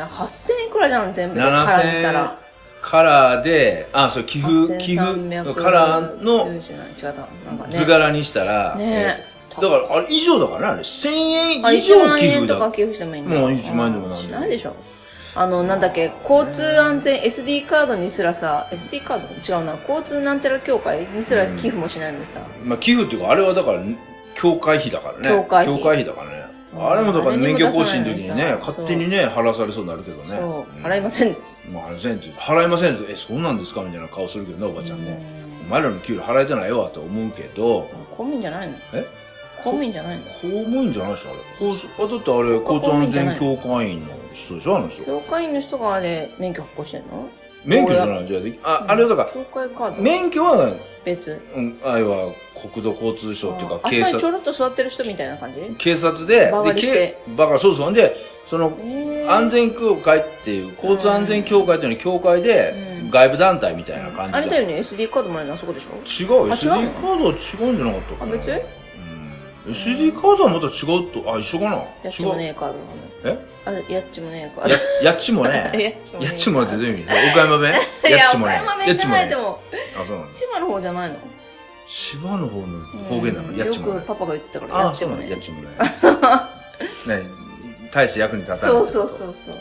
S1: 8000いくらじゃん、全部で。カラーにした
S2: 7000
S1: ら。
S2: カラーで、あ、そう、寄付、寄付のカラーの
S1: 違った。なんかね。
S2: 図柄にしたら、
S1: ね
S2: えだから、あれ以上だからね、あれ。1000
S1: あ
S2: 円以
S1: 1
S2: 上
S1: 万
S2: 寄
S1: 円
S2: 付
S1: と
S2: だ
S1: か。寄付してもいいんだ
S2: もう1万円でもなんでも
S1: しないでしょあのなんだっけ交通安全 SD カードにすらさ SD カード違うな交通なんちゃら協会にすら寄付もしないのにさ、
S2: まあ、寄付っていうか、あれはだから、教会費だからね。
S1: 教会費
S2: だからね。
S1: うん
S2: あれもだから免許更新の時
S1: あ
S2: に
S1: れにも出さな
S2: ね
S1: いのに、さ
S2: 勝手にね、払わされそうになるけどね。
S1: そう、
S2: ん
S1: 払いません
S2: まあ、払いませんって言って、払いませんって、え、そうなんですかみたいな顔するけどね、おばちゃんね。お前らの給料払えてないわと思うけど、
S1: 公務員じゃないの
S2: え
S1: 公務員じゃないの
S2: 公務員じゃないでしょ、あれ。公すあだってあれ、交通安全協会員の人でしょ、あの人。
S1: 協会員の人があれ免許発行してんの
S2: 免許じゃないじゃあ、ああれはだから、
S1: 協会カード
S2: 免許は、
S1: 別
S2: うん、あれは国土交通省っていうか、
S1: あ
S2: 警
S1: あそこにちょ
S2: 察、
S1: ろっと座ってる人みたいな感じ
S2: 警察で、
S1: バカに
S2: で、
S1: して
S2: けバカ、そうそう。で、その、
S1: えー
S2: 安全協会っていう、交通安全協会っていうのは協会で
S1: う、ん
S2: 外部団体みたいな感じ
S1: あれだ
S2: 違う
S1: よね SD カードもらえるのあそこでしょ
S2: SD カ
S1: 違うの
S2: ードは違うんじゃなかったかな
S1: あ別
S2: うん SD カードはまた違うと、あ、一緒かな
S1: やっちもね
S2: 違う。
S1: えカードなの
S2: え
S1: あれやっちもねえカード
S2: やっちもね
S1: 。やっちもね
S2: やっちもってどういう意味岡山 弁
S1: いや
S2: やっちも
S1: 岡
S2: ね。
S1: 山弁じゃないで
S2: やっち
S1: も
S2: ねあ、そうなんだ。
S1: 千葉の方じゃないの
S2: 千葉の方の方言な
S1: う
S2: の
S1: ん
S2: やっ
S1: よ
S2: ちも
S1: く
S2: ね。
S1: パパが言ってたからや
S2: あ、
S1: っち
S2: そう
S1: も
S2: なんだ。や
S1: ね
S2: っちもね。 ね、大して役に立たない。
S1: そうそうそ。うそう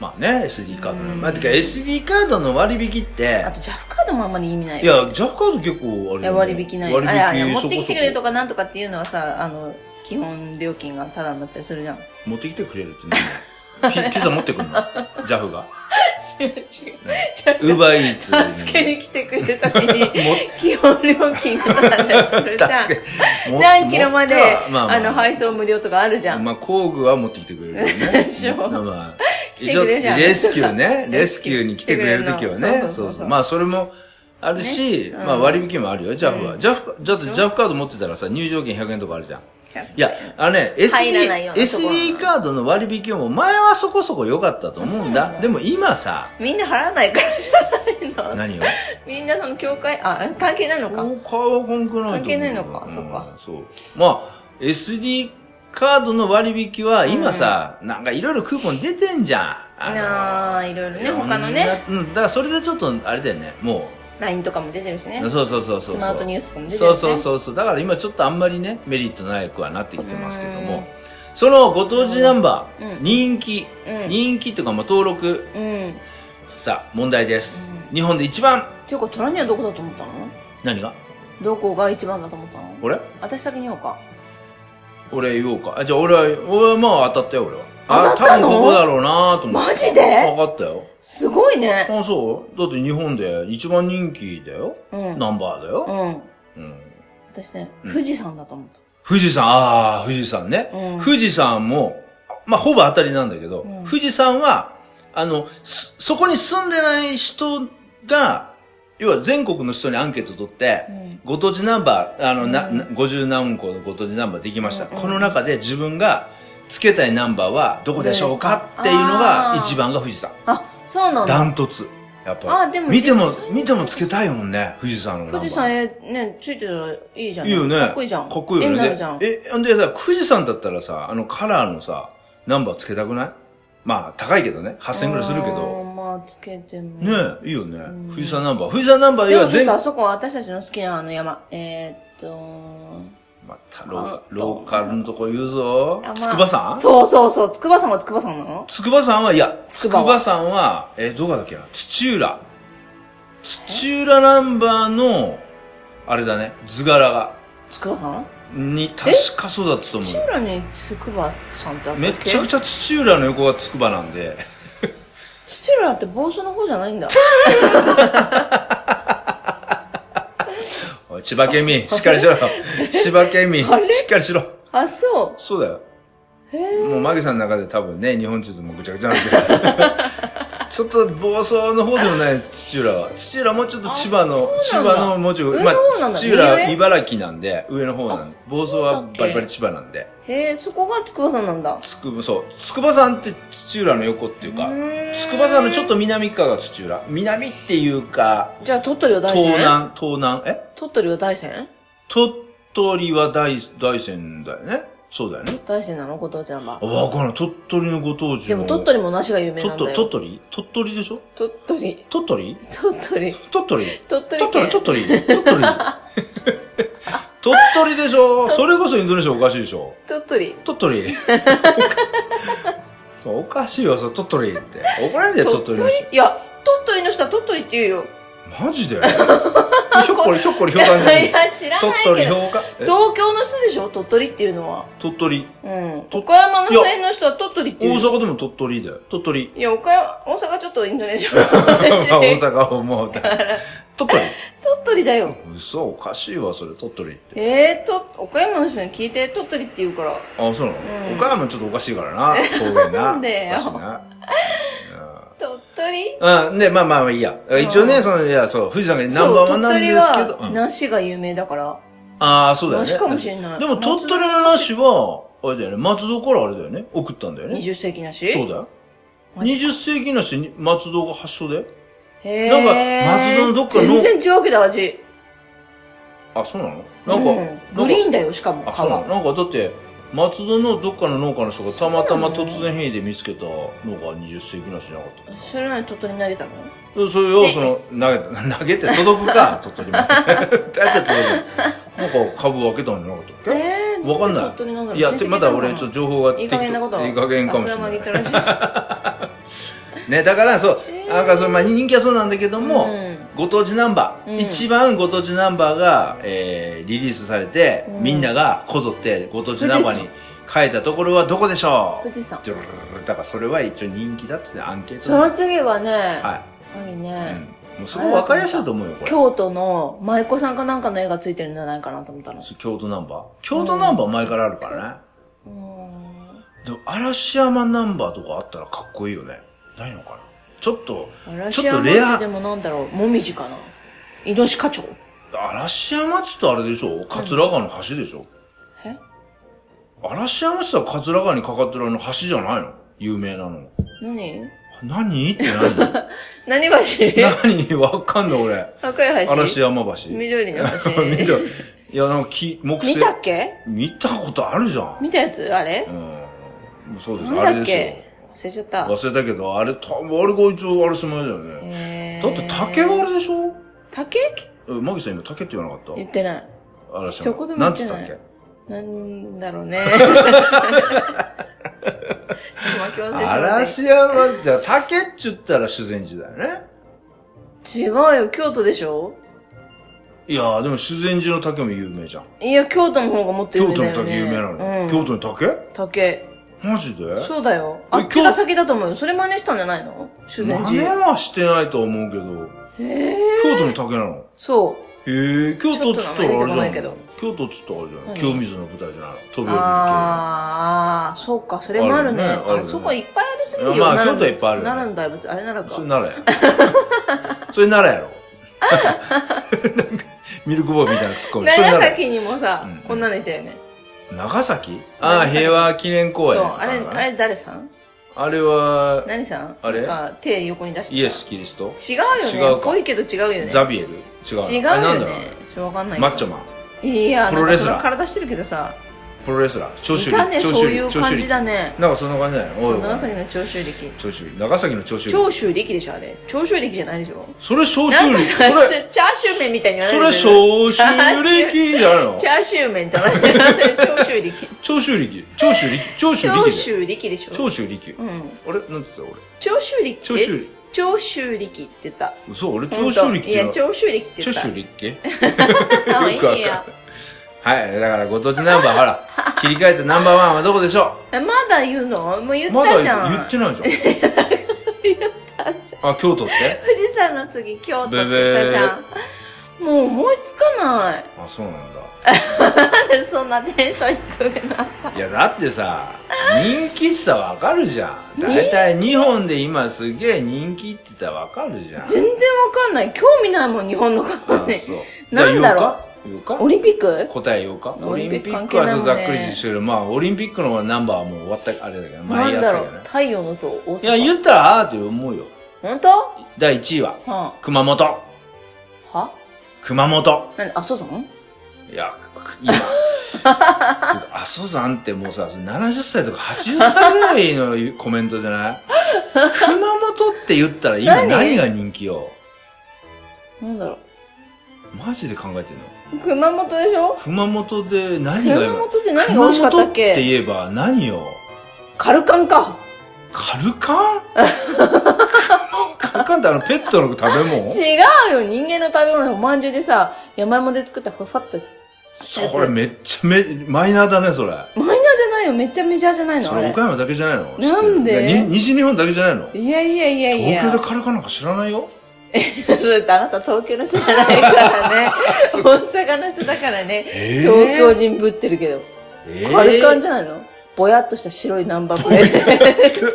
S2: まあね、SD カードね。
S1: うん
S2: まあ、てか SD カードの割引って
S1: あ、と JAF カードもあんまり意味ない
S2: いや、ジャッカード結構
S1: い
S2: あれだ
S1: や
S2: よね
S1: 割引ない
S2: 割引
S1: あいやいや持って
S2: そこ
S1: き
S2: そ
S1: てく
S2: こ
S1: れるとかなんとかっていうのはさあの基本料金がタダになったりする じゃん違
S2: 持ってきてくれるって 何ピピザ持ってくんのジャフが。
S1: う違う
S2: ウーバーイーツ。
S1: 助けに来てくれるときに
S2: も
S1: 基本料金がタダにするじゃん
S2: 助けも
S1: 何キロまで
S2: 持ってはまあま
S1: あの
S2: あ
S1: 配送無料とかあるじゃん
S2: まあ、工具は持ってきてくれるけどね。
S1: で しょ
S2: まあまあ、
S1: てくれるじゃん
S2: 一応レスキューね。レスキューに来てくれるときは
S1: そう
S2: ね。
S1: そうそうそう
S2: まあ、それもあるし、
S1: ねうん
S2: まあ、割引もあるよ、ジャフ
S1: う
S2: は。
S1: ん
S2: ジャフ、ジャフ、ジャフカード持ってたらさ、入場券100円とかあるじゃん。い
S1: 100
S2: や、あのね、
S1: 入らないようなところな
S2: SD、
S1: の
S2: SD カードの割引も前はそこそこ良かったと思うんだ。でも今さ、
S1: みんな払わないからじゃないの
S2: 何よ
S1: みんなその教会あ関係ないのか
S2: 公開は関係ないと思う
S1: 関係ないのかそっか。
S2: うんそう。まあ、SD カードの割引は今さ、なんかいろいろクーポン出てんじゃん。あの
S1: なあいろいろね他のね。
S2: いろんなうん、だからそれでちょっと、あれだよね、も
S1: LINE とかも出てるしね
S2: う、そうそうそうそうそう。
S1: スマートニュースとかも出てるし、
S2: そ
S1: ね、
S2: うそうそうそう。だから今ちょっとあんまりね、メリットないくはなってきてますけども。そのご当地ナンバー、
S1: うん
S2: 人気、
S1: うん
S2: 人気とか、まあ、登録、
S1: うん
S2: さあ、問題です。日本で一番、
S1: ていうか虎にはどこだと思ったの
S2: 何が
S1: どこが一番だと思ったの
S2: 俺
S1: 私先に言おうか
S2: 俺言おうか。あじゃあ俺は、俺はまあ当たったよ、俺は。あ、
S1: 当たったの
S2: 多分ここだろうなと思って。
S1: マジで
S2: 分かったよ。
S1: すごいね
S2: あ、そうだって日本で一番人気だよ。
S1: うん
S2: ナンバーだよ。
S1: うん
S2: うん
S1: 私ね、富士山だと思った
S2: 富士山、ああ、富士山ね。
S1: うん
S2: 富士山も、まあ、ほぼ当たりなんだけど、
S1: うん
S2: 富士山は、あの、すそこに住んでない人が、要は全国の人にアンケート取って、
S1: ん
S2: ご当地ナンバー、あの、な、
S1: うん
S2: な50何個のご当地ナンバーできました。
S1: うんうん
S2: この中で自分が付けたいナンバーはどこでしょうかっていうの
S1: どう
S2: が
S1: で、すか
S2: 一番が富士山。
S1: あそうなん
S2: ダ
S1: だ
S2: ントツ。やっぱり。
S1: あでも
S2: 見ても
S1: 実際、に
S2: 見ても付けたいもんね、富士山のナンバー。
S1: 富士山へねついてたらいいじゃん
S2: いいよね。
S1: かっこいいじゃん
S2: かっこいい
S1: 絵
S2: よ
S1: に
S2: ね。
S1: なるじゃん
S2: でえ、で、だから富士山だったらさ、あのカラーのさ、ナンバーつけたくないまあ、高いけどね。8000円ぐらいするけ
S1: あ
S2: ど。
S1: ーまあつけても
S2: ねえ、いいよね。富士山ナンバー。富士山ナンバー
S1: でも
S2: は
S1: そし
S2: 全
S1: たらそこは私たちの好きなあの山えー、っと
S2: またローカ、ローカルのとこ言うぞ
S1: あまあ。
S2: 筑波山
S1: そうそうそう筑波山は筑波山なの
S2: 筑波山は、いや、
S1: 筑
S2: 筑
S1: 波は
S2: 波山は、え、どこだっけな土浦。土浦ナンバーの、あれだね、図柄が、
S1: 筑波山
S2: に、確かそうだったと思う
S1: 土
S2: よ。
S1: 浦に筑波さんってあった
S2: め
S1: っ
S2: っ
S1: け
S2: ちゃくちゃ土浦の横が筑波なんで。
S1: 土浦って房総の方じゃないんだ
S2: おい、千葉県民、しっかりし ろよ。千葉県民、し
S1: あれ
S2: っかりしろ。
S1: あそう
S2: そうだよ。
S1: へえ
S2: もう、マギさんの中で多分ね、日本地図もぐちゃぐちゃなんだ けど。ちょっと暴走の方でもない、土浦は。土浦もうちょっと千葉の、
S1: あそ
S2: 千
S1: うなんだ
S2: 葉のもうちょい、
S1: 上の方なんだ
S2: 土浦は
S1: 右上
S2: 茨城なんで、上の方なんで、暴走は
S1: そうだっけ
S2: バリバリ千葉なんで。
S1: へえそこが筑波山なんだ
S2: つく、そう。筑波山って土浦の横っていうか
S1: うーん、
S2: 筑波山のちょっと南側が土浦。南っていうか、
S1: じゃあ鳥取は大
S2: 東
S1: 山
S2: 南、東南、え
S1: 鳥取は大山
S2: 鳥取は大、大山だよね。そうだよね。
S1: 大山なのご当地ナンバー
S2: あわからん。鳥取のご当地
S1: で
S2: の。
S1: も鳥取も梨が有名
S2: 鳥
S1: なんだよ
S2: 取、鳥取鳥取でしょ
S1: 鳥取
S2: 鳥取
S1: 鳥取
S2: 鳥取
S1: 鳥取
S2: 鳥取
S1: 県
S2: 鳥取鳥取鳥取鳥取でしょそれこそインドネシアおかしいでしょ
S1: 鳥取。
S2: 鳥取そうおかしいよ、それ鳥取って。怒られて鳥取の人。
S1: いや、鳥取の人は鳥取って言うよ。
S2: マジでひょっこりひょっこりひょうたん
S1: い
S2: じゃない
S1: や、知ら
S2: 鳥
S1: ないけ
S2: 取ひ
S1: ど。
S2: ょうかえ
S1: 東京の人でしょ鳥取っていうのは。
S2: 鳥取。
S1: うん。
S2: と
S1: 岡山の辺の人は鳥取って
S2: 大
S1: 言うよ。
S2: 阪でも鳥取だよ。鳥取。
S1: いや、岡山、大阪ちょっとインドネシアの話
S2: まあ 大阪をもう、鳥取。
S1: 鳥取だよ。
S2: 嘘、おかしいわ、それ、鳥取って。
S1: えーと、岡山の人に聞いて鳥取って言うから。
S2: あ、そうな
S1: うん
S2: の岡山ちょっとおかしいからな。 方言な。
S1: なんでよ
S2: おかしいな。
S1: 鳥取
S2: うん、で、まあまあまあいいや。一応
S1: う
S2: ね、
S1: ん
S2: その、いや、そう、富士山がナ
S1: そ
S2: ン
S1: う
S2: バーワンなんです
S1: 鳥
S2: けど。
S1: 取は
S2: うん
S1: 梨が有名だから。
S2: ああ、そうだよね。
S1: 梨かもしれない
S2: でも、鳥取の梨は、あれだよね、松戸からあれだよね、送ったんだよね。
S1: 20世紀梨
S2: そうだよ。
S1: マジ
S2: 20世紀梨に松戸が発祥で。
S1: へー
S2: なんか松戸のどっかの
S1: 全然違うけど味。
S2: あ、そうなのなんか、
S1: う
S2: なんか
S1: グリーンだよ、しかも。
S2: あ、そうなの
S1: 皮
S2: なんかだって、松戸のどっかの農家の人がたまたま突然変異で見つけたのが20世紀梨じゃなかった
S1: それなのに鳥取に投げたの
S2: でそれをその、投げ た、投げて届くか、鳥取まで。だって届く。なんか株分けたんじゃなかったっけ
S1: えー、
S2: わかんない
S1: 鳥取なんだろう
S2: いや、てまだ俺、ちょっと情報が
S1: いい加減なこと
S2: 適当いい加減かもしれない。
S1: さすがマギトラ
S2: ね、だからそう、
S1: えー
S2: なんかその、まあ、人気はそうなんだけど
S1: ジ
S2: も、
S1: うん
S2: ご当地ナンバー、
S1: うん
S2: 一番ご当地ナンバーが、えーリリースされて、
S1: うん
S2: みんながこぞってご当地ナンバーに変えたところはどこでしょう
S1: 富士山。
S2: ドゥルルルルだからそれは一応人気だってアンケー ト
S1: その次はね、
S2: は
S1: 何
S2: い、
S1: ね、
S2: うん、もうすごい分かりやすいと思うよこれ
S1: 京都の舞妓さんかなんかの絵がついてるんじゃないかなと思ったの。
S2: 京都ナンバー京都ナンバー前からあるからね、
S1: うーん
S2: でも嵐山ナンバーとかあったらかっこいいよねないのかなちょっと
S1: 嵐
S2: ちょっ
S1: 山
S2: とレア
S1: ってでもなんだろう、もみじかな。イノシカチョウ
S2: 嵐山っつったらあれでしょ桂川の橋でしょ、
S1: え
S2: 嵐山っつったら桂川にかかってるあの橋じゃないの有名なの
S1: 何
S2: 何って何
S1: 何 橋
S2: 何わかんない俺。
S1: 赤い橋
S2: 嵐山橋。
S1: 緑の 橋。
S2: 見た。いや、なんか木、木製。
S1: 見たっけ
S2: 見たことあるじゃん。
S1: 見たやつあれ
S2: うん。そうです。
S1: なん
S2: あ
S1: だ
S2: れ
S1: っ
S2: で
S1: け忘れちゃった。
S2: すよ。忘れたけど、あれ、多分あれが一応嵐山だよ
S1: え
S2: ね。だって竹はあれでしょ
S1: 竹
S2: えマギさん今竹って言わなかっ
S1: 言ってない。
S2: た嵐
S1: 一言
S2: 山。
S1: も
S2: な
S1: 言
S2: ん
S1: っててな
S2: 言っ
S1: い
S2: たっけ
S1: なんだろ うね。ちょっと巻き忘れし
S2: 嵐山、じゃあ竹って言ったら修善寺だよね。
S1: まった。違うよ、京都でしょ
S2: いやー、でも修善寺の竹も有名じゃん。
S1: いや、京都の方がもっと有
S2: 京
S1: 名
S2: 都
S1: だ
S2: の
S1: よ
S2: 竹
S1: ね。
S2: 有名なの、
S1: うん、
S2: 京都の竹
S1: 竹。
S2: マジで
S1: そうだよ。あっち
S2: 京
S1: が先だと思うよ。それ真似したんじゃないの修善
S2: 真似
S1: 寺。
S2: はしてないとは思うけど、
S1: へえ。
S2: 京都の竹なの
S1: そ
S2: へえ、京都っつったら
S1: ちょっと名前出てこ
S2: あ
S1: ない
S2: れじ
S1: け
S2: ゃん
S1: ど。
S2: 京都っつったらあれじゃん。
S1: 何
S2: 清水の舞台じゃないの。飛
S1: う。
S2: び降りの
S1: ああ、そうか、それもあるね。あ
S2: あるよねあるよね
S1: そこいっぱいありすぎるよ。
S2: まあ
S1: 奈良
S2: 京都はいっぱいあるよね
S1: 奈良の大仏、あれ奈良
S2: 京それ
S1: か。
S2: ならや。 それならやろ。 ミルクボーイみたいなツッコミ。それ
S1: 長
S2: 奈良
S1: 崎にもさ
S2: うん、
S1: こんなのいたよね。
S2: 長崎ああ、
S1: 長崎
S2: 平和記念
S1: そ
S2: 公
S1: う、
S2: 園。
S1: あれ、あれ誰さん
S2: あれは、
S1: 何さん
S2: あれ
S1: なんか手横に出してた
S2: イエス・キリスト
S1: 違うよ
S2: 違う
S1: ね
S2: か。
S1: ぽいけど違うよね。
S2: ザビエル違う。
S1: 違う
S2: あれな
S1: よ
S2: んだろ
S1: ね。ちょっとわかんな
S2: う
S1: い。
S2: マッチョマン。
S1: ン。いや、
S2: プ
S1: な
S2: ロ
S1: んか
S2: レス
S1: そ
S2: ラー
S1: の体してるけどさ、
S2: プロレスラー。長
S1: い
S2: 州
S1: たね、
S2: 力。
S1: そう
S2: 長州
S1: いう
S2: 力。長
S1: 感
S2: 州
S1: じ
S2: 力。
S1: だね。
S2: なんかそんな感じだよね。
S1: そう、
S2: おいおい
S1: 長崎の長州力。
S2: 長州力。長崎の長州力。
S1: 長州力でしょ、あれ。長州力じゃないでしょ。
S2: それ長
S1: な
S2: 州
S1: んか
S2: 力。
S1: さ、
S2: それ、
S1: しチャーシュー麺みたいに言わ
S2: そ
S1: ない
S2: れ
S1: でくれる
S2: 長州力じゃないの
S1: チャーシュー麺って話じゃない長州力。
S2: 長州力。長州力。長
S1: 長
S2: 州力だよ。
S1: 州力でしょ。
S2: 長州力。
S1: うん。
S2: あれなんて言った俺。
S1: 長州力
S2: 長州
S1: って、長州力って言った。
S2: 嘘俺
S1: ほ
S2: 長
S1: んと
S2: 州力
S1: い
S2: って
S1: や、
S2: の
S1: 長州力って言
S2: 長
S1: った。
S2: 州力っけよく
S1: あ
S2: わかんない
S1: いいや。
S2: はい。だからご当地ナンバー、ほら。切り替えてナンバーワンはどこでしょ
S1: えまだ言うのもう言
S2: うま
S1: っ
S2: だ
S1: たじゃん。
S2: 言ってないじ ゃ
S1: たじゃん
S2: ん。あ、京都って
S1: 富士山の次、京都って言ったじゃん。もう思いつかない。
S2: あ、そうなんだ。
S1: なんでそんなテンション低くなっ
S2: いや、だってさ、人気って言ったらわかるじゃん。だいたい日本で今すげえ人気って言ったらわかるじゃん。
S1: 全然わかんない。興味ないもん、日本のこと
S2: あ
S1: に。
S2: そう
S1: なんだろう
S2: 言うか言うか
S1: オリンピック
S2: 答えようか
S1: オ
S2: オ
S1: リ
S2: リ
S1: ン
S2: ン
S1: ピ
S2: ピ
S1: ック
S2: ックはちょっとざっくり
S1: 関係ないもんね
S2: してる。まあ、オリンピックのナンバーはもう終わった、あれだけど、
S1: な
S2: 前
S1: ん
S2: やっ
S1: だ
S2: た
S1: ろ
S2: けど
S1: う
S2: ね。
S1: 太陽の塔大
S2: いや、
S1: 阪。
S2: 言ったら、あーって思うよ。
S1: 本当は
S2: 第1位は、
S1: あ、
S2: 熊本。
S1: は
S2: 熊本。
S1: なんで、あ、そうさん
S2: いや、く今。 阿蘇山ってもうさ、70歳とか80歳ぐらいのコメントじゃない 熊本って言ったら今
S1: 何
S2: 何が人気よ。
S1: なんだろう
S2: マジで考えてんの
S1: 熊本でしょ
S2: 熊本で何が
S1: 熊
S2: 今
S1: 本って何が美味しかったっ
S2: 熊本って
S1: け
S2: 言えば何よ
S1: カルカンか
S2: カ ルカンカルカンってあのペットの食べ物
S1: 違うよ人間の食べ物おまんじゅうでさ山芋で作ったふわっと
S2: それめっちゃめ、マイナーだね、それ。
S1: マイナーじゃないよめっちゃメジャーじゃないの
S2: そ
S1: あ
S2: れ
S1: れ
S2: 岡山だけじゃないの
S1: なんで
S2: 知ってるいやに西日本だけじゃないの
S1: いやいやいやいや
S2: 東京でカルカンなんか知らないよ
S1: それってあなた東京の人じゃないから ね大阪の人だからね
S2: え
S1: 東京人ぶってるけど、
S2: え
S1: カルカンじゃないのぼやっとした白いナンバー プレート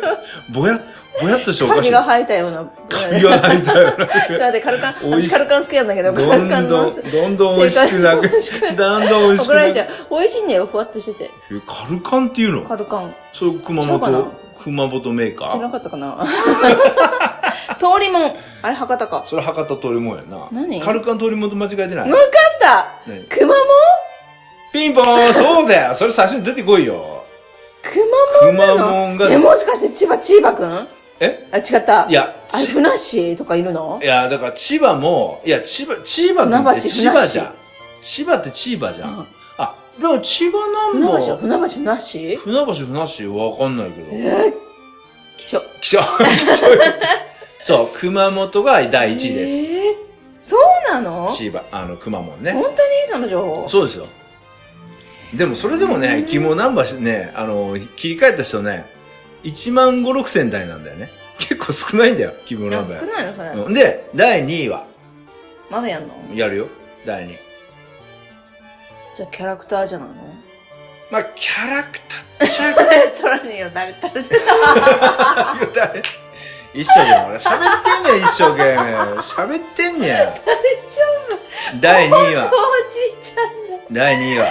S2: ぼや、ぼやっとしておかし
S1: 影
S2: い。
S1: が生えたような。
S2: 髪が生えたよな。
S1: そうだってカルカン、
S2: 美味し
S1: 私カルカン好きなんだけど、カ
S2: ど
S1: ル
S2: ん
S1: カン
S2: ど
S1: の
S2: ん、どんどん美味しくなく、だんどん美味
S1: 怒
S2: しく
S1: ら
S2: な
S1: れち
S2: く。
S1: ゃう。美味しいんだよ、ふわっとしてて。
S2: えカルカンっていうの
S1: カルカン。
S2: それ熊
S1: 違うかな
S2: 本、熊本メーカ
S1: じゃな
S2: ー
S1: かったかな 通りもん。あれ、博多か。
S2: それ博多通りもんやな。
S1: 何
S2: カルカン通りもんと間違えてない
S1: わかった
S2: 何
S1: 熊もん
S2: ピンポーンそうだよそれ最初に出てこいよ
S1: 熊もんなの
S2: 熊門が
S1: え、もしかして千葉、千葉くんあ、
S2: え
S1: 違った。
S2: いや、
S1: あれ、
S2: ち
S1: ふなっしーとかいるの
S2: いや、だから千葉も、いや、千葉、千葉なんて
S1: 船橋
S2: 千葉じゃん。千葉って千葉じゃ
S1: うん
S2: ん。あ、でも千葉
S1: 船
S2: なんぼ、
S1: 橋は船橋ふなっしー
S2: 船橋、船橋わかんないけど。
S1: 気象。
S2: 気象そう、熊本が第一位です。
S1: えーそうなの
S2: 千葉、あの、熊本ね。
S1: 本当にその情報
S2: そうですよ。でもそれでもね、肝ナンバーね、あの、切り替えた人ね、1万5、6千台なんだよね。結構少ないんだよ、肝ナン
S1: あ
S2: バ
S1: 少
S2: ー。
S1: ないのそれ、
S2: うんで、第2位は、
S1: まだやんの
S2: やるよ。第2位。
S1: じゃあキャラクターじゃない の
S2: まあ、キャラクターちゃ
S1: 取らねえよ誰誰誰
S2: うよ、誰 一生懸命、俺喋ってんねん、一生懸命。喋ってんねん。
S1: 大丈
S2: 第2位は、
S1: 夫おじいちゃんだ
S2: 第2位は、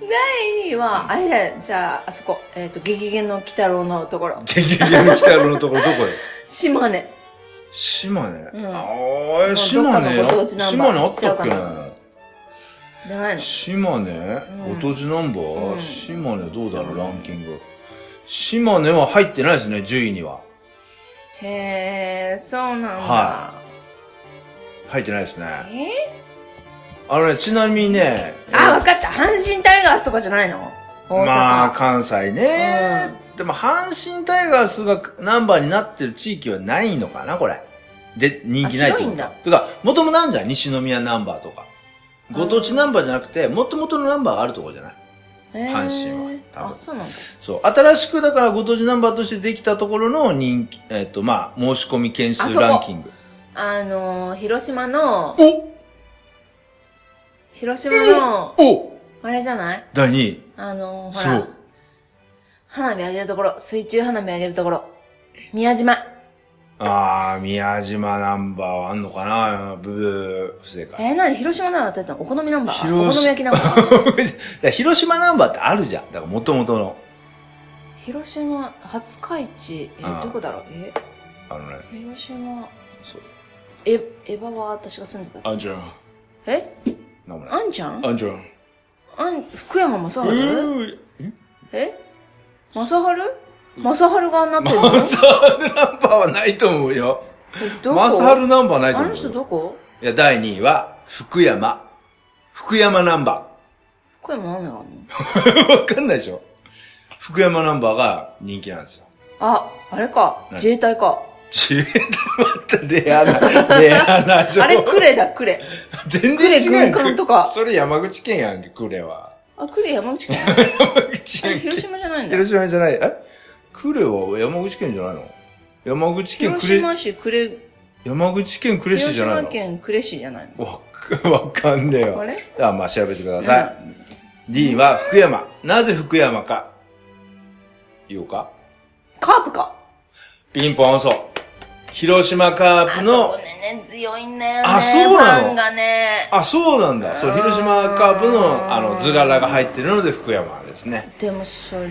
S1: 第二位はあれだよじゃああそこえっ、と「ゲゲゲの鬼太郎」のところ
S2: ゲゲゲの鬼太郎のところどこよ
S1: 島根
S2: 島根、
S1: うん
S2: あーえ島根
S1: どっかのご当地ナンバ
S2: 島
S1: ー
S2: 根あった
S1: 違
S2: っけ
S1: うかじゃないの
S2: 島根、
S1: うん
S2: ご当地ナンバー、
S1: うん
S2: 島根どうだろうランキング島根は入ってないですね10位には
S1: へえそうなんだ、
S2: は入ってないですね
S1: え
S2: あのねちなみにね
S1: ー、あ分かった阪神タイガースとかじゃないの大阪、
S2: まあ関西ね、でも阪神タイガースがナンバーになってる地域はないのかなこれで人気ないって
S1: あ広いん
S2: こと
S1: だ
S2: てかもともとあるじゃん西宮ナンバーとかご当地ナンバーじゃなくてもともとのナンバーがあるところじゃない
S1: へー
S2: 阪神は多分
S1: あそうなんだ
S2: そう。新しくだからご当地ナンバーとしてできたところの人気、えっ、と、まあ、申し込み件
S1: あ
S2: 数
S1: そこ
S2: ランキング。
S1: あのー、広島の
S2: お
S1: 広島の
S2: お
S1: あれじゃない
S2: 第2位。
S1: あのー、ほ
S2: そ
S1: ら
S2: う。
S1: 花火上げるところ、水中花火上げるところ、宮島。
S2: あー、宮島ナンバーはあんのかなブブー、不正解。
S1: えー、なんで広島なのって言ったのお好みナンバー
S2: 広島
S1: お好み焼きナン バー
S2: 広島ナンバーってあるじゃん。だから元々の。
S1: 広島、廿日市、え
S2: あ
S1: ー、
S2: ー
S1: どこだろうえ、
S2: あのね、
S1: 広島、
S2: そう。
S1: え、エヴァは私が住んでた。
S2: あんじゃん。
S1: え
S2: なんもな
S1: あ
S2: い。
S1: んちゃん
S2: あんじゃん。
S1: あん、福山雅
S2: う
S1: 治
S2: ーん。
S1: え雅治雅治がなってるの
S2: マサハルナンバーはないと思うよ。
S1: えどこ
S2: マサハルナンバーないと
S1: あ
S2: 思う
S1: の
S2: よ。
S1: 人どこ
S2: いや、第2位は、福山。福山ナンバー。
S1: 福山何だろう
S2: わかんないでしょ福山ナンバーが人気なんですよ。
S1: あ、あれか。自衛隊か。
S2: ちえっと待って、レア な、レアな情報。
S1: あれ、呉だ、呉。
S2: 全然違うやん。
S1: 呉軍艦とか
S2: それ山口県やんけ、クレは。
S1: あ、呉山口県。
S2: 山口
S1: あれ
S2: 県。
S1: 広島じゃないんだ。
S2: 広島じゃない。えクレは山口県じゃないの山口県
S1: 広
S2: クレ、
S1: 島市呉、
S2: 山口県呉市
S1: 広
S2: じゃない
S1: 島
S2: の
S1: 県呉市じゃないの。
S2: わか、 わかんねえよ
S1: あ。れ
S2: あ、まあ調べてください。D は福山。なぜ福山か。言おうか。
S1: カープか。
S2: ピンポンそう。広島カー
S1: あ
S2: プ
S1: そ
S2: の
S1: こ、ねね、強いんだよね。
S2: あそうなの
S1: ファンがね。
S2: あ、そうなんだ。そう、
S1: あー
S2: 広島カープの、あの、図柄が入ってるので、福山ですね。
S1: でもそれ、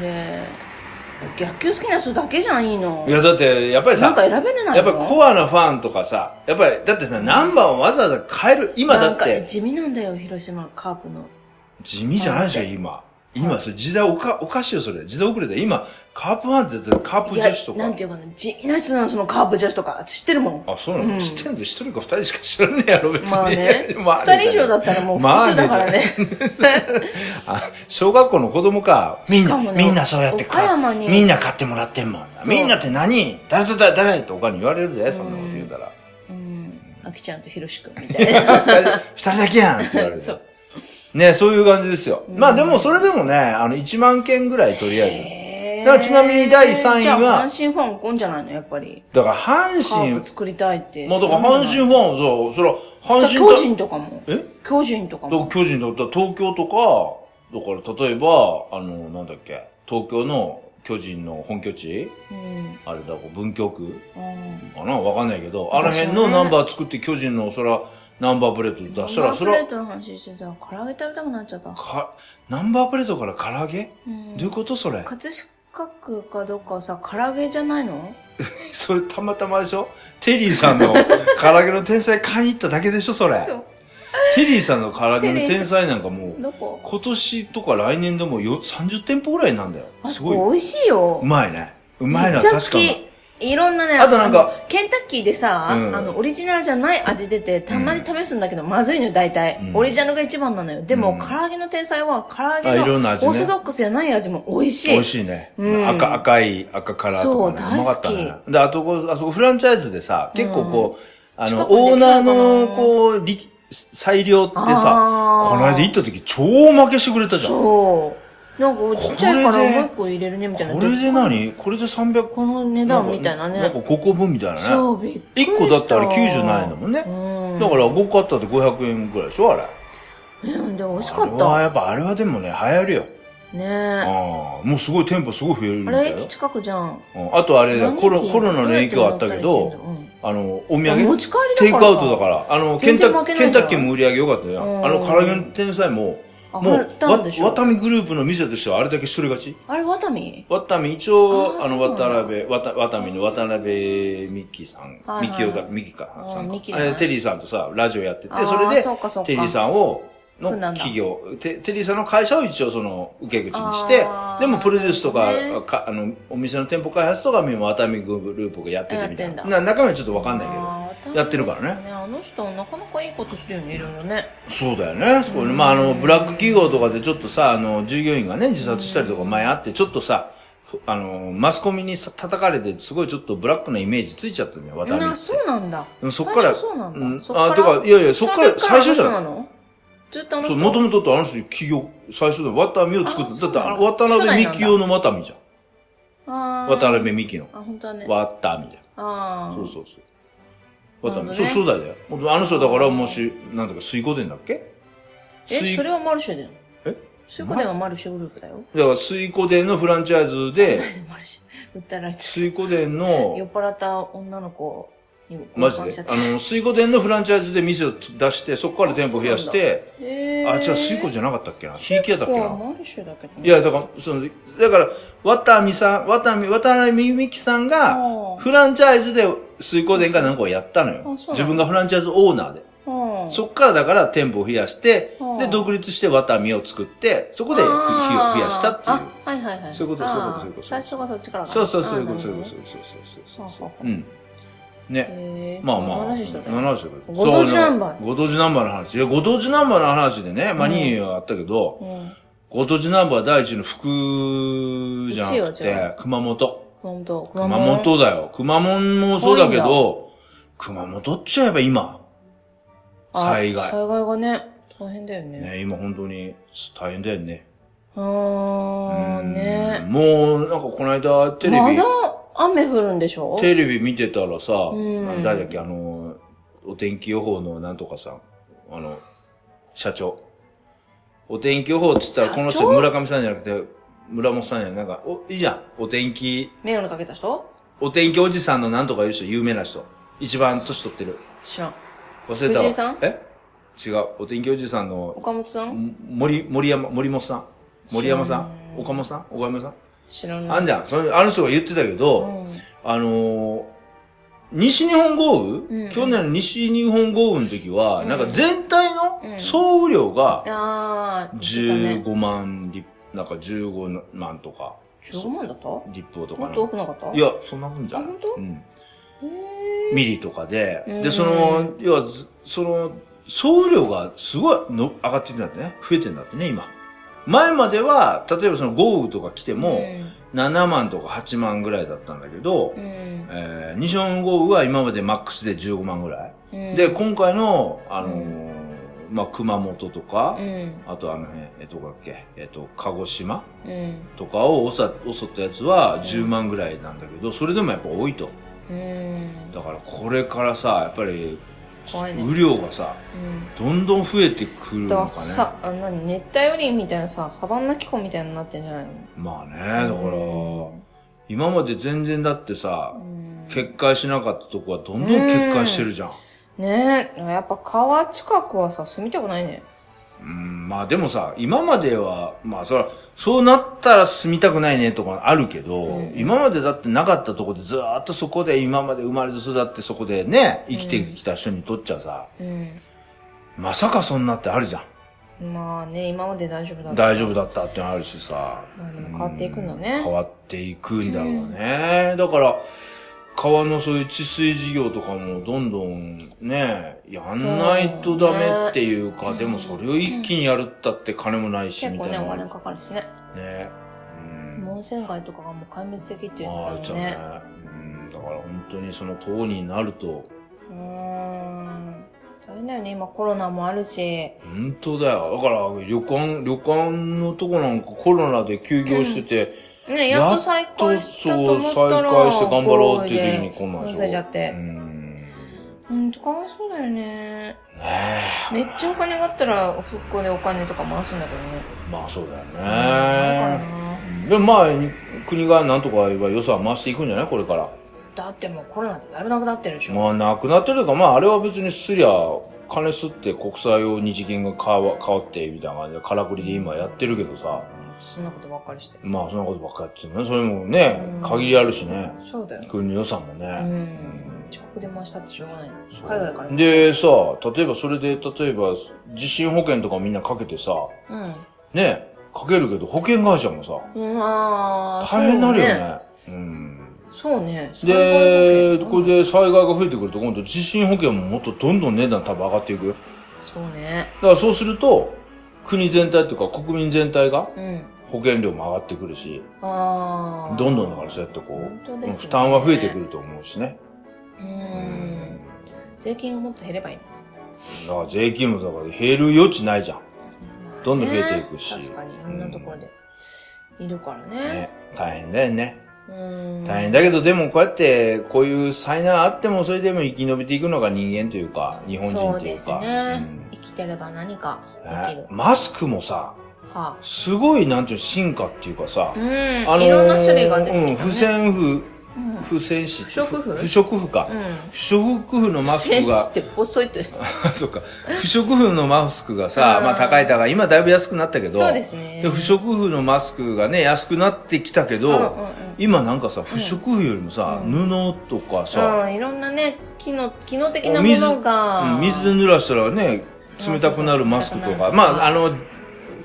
S1: 野球好きな人だけじゃん、いいの
S2: い。や、だって、やっぱりさ、
S1: なんか選べれないの
S2: やっぱりコアなファンとかさ、やっぱり、だってさ、ナンバーをわざわざ変える、今だ
S1: なん
S2: っ
S1: か
S2: て、
S1: 地味なんだよ、広島カープの。
S2: 地味じゃないでしょ、今。今、それ時代おか、おかしいよ、それ。時代遅れだよ。今、カープファンって言ったらカープ
S1: い
S2: 女
S1: や
S2: 子と、か。
S1: なんていうかな、地味な人なの、そのカープ女子とか。知ってるもん。
S2: あ、そうなの、知ってんで一人か二人しか知らねえやろ、別に。
S1: まあね。二、
S2: まあね
S1: 人以上だったらもう複数だからね。
S2: あ、小学校の子供か。み
S1: し
S2: んな、
S1: かもね
S2: みんなそうやって
S1: 岡山に
S2: みんな買ってもらってんもん。
S1: そう
S2: みんなって何誰と誰誰っておかに言われるで、そんなこと言うたら。
S1: あきちゃんとひろしくんみたいな。
S2: 二人だけやんって言われる。
S1: そう
S2: ね、そういう感じですよ。まあでも、それでもね、あの、1万件ぐらいとりあえず。
S1: へー
S2: だからちなみに第三位は
S1: じゃあ、阪神ファン来んじゃないのやっぱり。
S2: だから、阪
S1: カー
S2: 神
S1: プ、作りたいって。
S2: まあだから、阪神ファンはそう、それは、
S1: だ
S2: 阪
S1: から
S2: 神
S1: 巨
S2: だ
S1: 人とかも。
S2: え
S1: 巨人とか
S2: だから
S1: も。
S2: 巨人だったら東京とか、だから例えば、あの、なんだっけ、東京の巨人の本拠地
S1: うん。
S2: あれだ、文京区
S1: うん
S2: かなわかんないけど、あ
S1: 私
S2: の
S1: はね
S2: 辺のナンバー作って巨人の、そら、ナンバープレート出したら、そ
S1: プレ
S2: ら
S1: ー、トの話してたら、唐揚げ食べたくなっちゃった。
S2: か、ナンバープレートから唐揚げ
S1: うん
S2: どういうことそれ。
S1: 葛飾区かどっかはさ、唐揚げじゃないの
S2: それたまたまでしょテリーさんの唐揚げの天才買いに行っただけでしょそれ。
S1: そう。
S2: テリーさんの唐揚げの天才なんかもう、
S1: どこ
S2: 今年とか来年でもよ30店舗ぐらいなんだよ。
S1: あ
S2: す
S1: そ
S2: ごい。
S1: こ美味しいよ
S2: う。まいね。うまい
S1: め
S2: な、
S1: っちゃ
S2: 確か
S1: 好
S2: に。
S1: き。いろんなね、
S2: あとなんか
S1: の、ケンタッキーでさ、
S2: うん
S1: あの、オリジナルじゃない味出て、たまに試すんだけど、まずいのよ、大体、
S2: うん
S1: オリジナルが一番なのよ。でも、
S2: うん
S1: 唐揚げの天才は、唐
S2: あ
S1: 揚
S2: いろ
S1: げ
S2: ん
S1: の、
S2: な味ね
S1: オーソドックスじゃない味も美味しい。
S2: 美味しいね。
S1: うん
S2: 赤、赤い、赤カラーとか、ね。
S1: そう
S2: うまかった
S1: 大
S2: ね
S1: 好。
S2: で、あとこ、あそこフランチャイズでさ、結構こう、あ
S1: 近
S2: の、
S1: くに
S2: オ
S1: で
S2: ー
S1: きな
S2: ナー
S1: いかな
S2: の、こう、力裁量ってさ、こ
S1: あー
S2: の間行った時超負けしてくれたじゃん。
S1: そ
S2: こ
S1: う。なんか、ちっちゃいから
S2: こ
S1: も
S2: れ
S1: う
S2: で
S1: 一個入れるね、みたいな。
S2: れで何これで300
S1: この値
S2: なん
S1: 段
S2: か
S1: みたいなね。
S2: なんか5個分みたいなね。
S1: そう、びっくりした。
S2: 1個だってあれ90ないんだもんね。
S1: うん
S2: だから5個あったって500円ぐらいでしょあれ。
S1: うん、でも美味しか
S2: あれ
S1: っ
S2: は
S1: た。
S2: やっぱあれはでもね、流行るよ。
S1: ね
S2: あ
S1: え。
S2: あ、もうすごい店舗すごい増えるみ
S1: あ
S2: た
S1: れ
S2: いよ
S1: 駅。近くじゃん。
S2: うんあとあれだよ
S1: 何
S2: コロ、
S1: 駅
S2: コロナの影響あったけ
S1: どうやって乗った
S2: ど
S1: らいいんだ、
S2: あの、お土産
S1: 持ち帰
S2: テ
S1: り
S2: イ
S1: だか
S2: ク
S1: ら
S2: ア
S1: さ
S2: ウトだから、あの、ケン
S1: 全
S2: タ
S1: 然負けないじゃ
S2: ケ
S1: ん
S2: ンタッキーも売り上げ良かったよ。
S1: うん
S2: あの、唐揚げの天才も、
S1: あ
S2: も
S1: あ
S2: う
S1: っ、た
S2: わ
S1: んでしょ
S2: ワタミグループの店としてはあれだけ一人勝ち
S1: あれ、ワタミ
S2: ワタミ、一応、
S1: あー
S2: あの、
S1: そうなんだ
S2: 渡辺、ワタワタミの渡辺美希さん
S1: はいは、い
S2: 美希をだ、美希かさ
S1: あー
S2: ん
S1: 美希
S2: か。
S1: じ
S2: あ
S1: ゃない
S2: れ、テリーさんとさ、ラジオやってて、
S1: あー
S2: それで
S1: そうかそう、か
S2: テリーさんを、の
S1: そうなんだ
S2: 企業テ、テリーさんの会社を一応その受け口にして
S1: あ、ー
S2: でもプロデュースとか、
S1: ね
S2: かあの、お店の店舗開発とかも今、ワタミグループがやっててみた
S1: や
S2: い
S1: ってん
S2: な。
S1: だ
S2: な中身はちょっとわかんない
S1: あ
S2: け
S1: ー
S2: ど、やってるからね。
S1: ね、あの人なかなかいいことするよね、いろいろね。
S2: そうだよね。そこで、まあ、あの、ブラック企業とかでちょっとさ、あの、従業員がね、自殺したりとか前あって、ちょっとさ、ふあの、マスコミにさ叩かれて、すごいちょっとブラックなイメージついちゃったんだよ、渡
S1: な
S2: 辺。
S1: あ、そうなんだ。
S2: でもそっから
S1: 最初そうなんだ。
S2: うん
S1: そっから
S2: あてかいやいやそっから最初じゃない
S1: その時からあの人なのずっとあの
S2: そ
S1: 人。
S2: う、もともとってあの人企業、最初で渡辺を作っ
S1: あ
S2: て、
S1: そ
S2: だ
S1: う
S2: って
S1: な
S2: あ
S1: ん
S2: の、
S1: だ
S2: 渡辺美希用の渡辺じゃん。
S1: あー
S2: 渡辺美希の。
S1: あ、本当はね。
S2: 渡辺じゃん。
S1: あ
S2: そうそうそう。
S1: な
S2: 渡
S1: るほど
S2: 辺。
S1: ね
S2: そう、そうだよ。もとあの人だから、もし、なんだか、水滸伝だっけ
S1: ーえ、それはマルシェでの
S2: え
S1: そういうことではマルシェグループだよ。
S2: だから、水滸伝のフランチャイズで、
S1: マルシェ。訴えられてた。
S2: 水滸 伝の、
S1: 酔っ払った女の子に
S2: マジ
S1: 交換しち
S2: で
S1: ゃっ
S2: あ
S1: た
S2: の、水滸伝のフランチャイズで店を出して、そこから店舗増やして、
S1: へー
S2: あ、違う、水滸じゃなかったっけなひいき屋だっけ
S1: そっか
S2: な
S1: マルシェだけどね。
S2: いや、だから、その、だから、渡美さん、渡美、渡辺美樹さんが
S1: う、ん
S2: フランチャイズで水滸伝かなんかをやったのよ
S1: あそうな。の
S2: 自分がフランチャイズオーナーで。
S1: うん、
S2: そっからだから店舗を増やして
S1: う、ん
S2: で、独立して渡美を作って、そこで火を
S1: あー
S2: 増やしたっていう。
S1: あはいはいはい。
S2: そういうことそういうこと
S1: あー
S2: そういうこと
S1: 最初がそっちからか
S2: そうそうそういうこ
S1: あ
S2: と、
S1: ー
S2: そういう
S1: なるほどね
S2: こと、そういうこと、そういうことそういうことそういうこ
S1: は
S2: と。うん。ね。
S1: へー
S2: まあまあ。
S1: 話してたね
S2: 70だけど
S1: ご当地ナンバー
S2: そうご当地ナンバーの話。いや、ご当地ナンバーの話でね、まあ2位はあったけど、
S1: うん。
S2: ご当地ナンバー第一の福じゃなく
S1: 一位はじゃ
S2: て、熊本。
S1: 本当
S2: 熊本だよ。熊本もそうだけど、熊本っちゃえば今、
S1: あ
S2: 災害。
S1: 災害がね、大変だよね。
S2: ね、今本当に大変だよね。
S1: あー、
S2: うん
S1: ね
S2: もう、なんかこの間テレビ、
S1: まだ雨降るんでしょ
S2: テレビ見てたらさ、
S1: うん
S2: 誰だっけ、あの、お天気予報のなんとかさん、あの、社長。お天気予報って言ったら、
S1: 社長
S2: この人村上さんじゃなくて、村本さんじゃない、なんか、お、いいじゃん。お天気、
S1: メガネかけた人
S2: お天気おじさんのなんとかいう人、有名な人。一番年取ってる。
S1: 知らん。
S2: 忘れたわ。
S1: 藤井さん
S2: え違う。お天気おじさんの、
S1: 岡本さん
S2: ん森、森山、森本さん。森山さん岡本さん岡山さん、
S1: 知ら
S2: あ
S1: ない。
S2: んじゃん。それあの人が言ってたけど、
S1: うん
S2: あのー西日本豪雨、
S1: うん
S2: 去年の西日本豪雨の時は、なんか全体の
S1: うん
S2: 総雨量が
S1: あー、言ってたね
S2: 15万立なんか15万とか、
S1: 15万だったも
S2: 立方とか
S1: っと多
S2: の。
S1: くなかった
S2: いや、そんなもんじゃ
S1: あ
S2: ない
S1: 本当
S2: うん。
S1: へー
S2: ミリとかで、
S1: うん
S2: で、その、要はず、その、総量がすごいの上がってるんだってね。増えてんだってね、今。前までは、例えばその豪雨とか来ても、7万とか8万ぐらいだったんだけど、
S1: うん
S2: えー、西日本豪雨は今までマックスで15万ぐらい。
S1: うん
S2: で、今回の、あのー
S1: う
S2: まあ、熊本とか、
S1: うん
S2: あとあの辺、えっと、どこだっけ、えっと、鹿児島
S1: うん
S2: とかを襲襲ったやつは10万ぐらいなんだけど、それでもやっぱ多いと。
S1: うん
S2: だからこれからさ、やっぱり、
S1: 怖いね
S2: 雨量がさ、
S1: うん
S2: どんどん増えてくる
S1: だから
S2: のかね。
S1: さ、あ何熱帯雨林みたいなさ、サバンナ気候みたいになってんじゃないの
S2: まあね、だから、今まで全然だってさ、
S1: うん
S2: 決壊しなかったとこはどんどん決壊してるじゃん。
S1: ねえ、やっぱ川近くはさ、住みたくないね。
S2: うん、まあでもさ、今までは、まあそら、そうなったら住みたくないねとかあるけど、
S1: うん
S2: 今までだってなかったとこでずーっとそこで今まで生まれて育ってそこでね、生きてきた人にとっちゃさ、
S1: うん。
S2: まさかそんなってあるじゃん。
S1: まあね、今まで大丈夫だった。
S2: 大丈夫だったってのあるしさ。
S1: まあでも変わっていくんだね
S2: う変わっていくんだろうね。だから、川のそういう治水事業とかもどんどんね、やんないとダメっていうか、
S1: そうね
S2: でもそれを一気にやるったって金もないし、
S1: 結
S2: みた
S1: 構
S2: い
S1: ね、お
S2: なのもある
S1: 金かかるしね。
S2: ね。うん。
S1: 温泉街とかがもう壊滅的って言
S2: ああ
S1: っ
S2: ー、
S1: て
S2: じ
S1: た
S2: ゃ
S1: もんね。
S2: あね。うん。だから本当にその党になると、
S1: うーん。大変だよね、今コロナもあるし。
S2: 本当だよ。だから旅館、旅館のとこなんかコロナで休業してて、
S1: ね、やっと再開したと思ったら。
S2: やっとそう再開して頑張ろうっていう時にこんなんでし
S1: 忘
S2: ょ
S1: れちゃっ
S2: う
S1: て。
S2: ん。
S1: うん、かわいそうだよね。
S2: ねえ。
S1: めっちゃお金があったら、復興でお金とか回すんだけどね。
S2: まあそうだよ
S1: だか
S2: ね。
S1: らな
S2: でもまあ、国がなんとか言えば予算回していくんじゃないこれから。
S1: だってもうコロナってだいぶなくなってるでしょ。
S2: まあなくなってるというか、まああれは別にすりゃ、金すって国債を日銀が買わ買って、みたいな感じで、からくりで今やってるけどさ。
S1: そんなことばっかりして。
S2: まあそんなことばっかりやっててもね、それもね、限りあるしね。
S1: そうだよ。
S2: 国の予算もね。
S1: うん。遅刻で回したってしょうがない。海外から。
S2: でさ、例えばそれで、例えば、地震保険とかみんなかけてさ、
S1: うん。
S2: ね、かけるけど保険会社もさ、
S1: うん、あー
S2: 大変になるよ
S1: そ
S2: ね。
S1: うね。
S2: うん。
S1: そうね。
S2: で、
S1: 災害保険
S2: これで災害が増えてくると、今度地震保険ももっとどんどん値段多分上がっていくよ。
S1: そうね。
S2: だからそうすると、国全体というか国民全体が
S1: うん。
S2: 保険料も上がってくるし、
S1: ああ。
S2: どんどんだからそうやってこ
S1: 本当
S2: う、
S1: ですよね
S2: 負担は増えてくると思うしね。
S1: う
S2: うん
S1: ん。税金がもっと減ればいいの
S2: だから税金もだから減る余地ないじゃん。どんどん増えていくし。
S1: 確かに、いろんなところで。いるから
S2: ね
S1: ね。、
S2: 大変だよね。
S1: うん。
S2: 大変だけど、でもこうやって、こういう災難あっても、それでも生き延びていくのが人間というか、日本
S1: そ
S2: 人
S1: う
S2: とい
S1: で
S2: う
S1: す
S2: か。
S1: ね
S2: うん。
S1: 生きてれば何かでき
S2: ね
S1: る。
S2: マスクもさ、
S1: はあ。
S2: すごい、なんちゅう、進化っていうかさ、
S1: う
S2: あの
S1: ん。
S2: ー
S1: いろんな種類が出てきた
S2: うん、
S1: ね。
S2: 不織布、
S1: うん
S2: 不戦士。
S1: 不織布
S2: 不織布か。
S1: うん。
S2: 不織布のマ ス
S1: セ
S2: ク
S1: ンスっ
S2: が、
S1: て細いと。
S2: そっか、不織布のマスクがさ、
S1: うん
S2: まあ高い高い、今だいぶ安くなったけど、
S1: そうですね
S2: で不織布のマスクがね、安くなってきたけど、
S1: うんうんうん
S2: 今なんかさ、不織布よりもさ、布とかさ、
S1: うん、いろんなね、機能、機能的なものが。
S2: うん水濡らしたらね、冷たくなるマスクとか、まああの、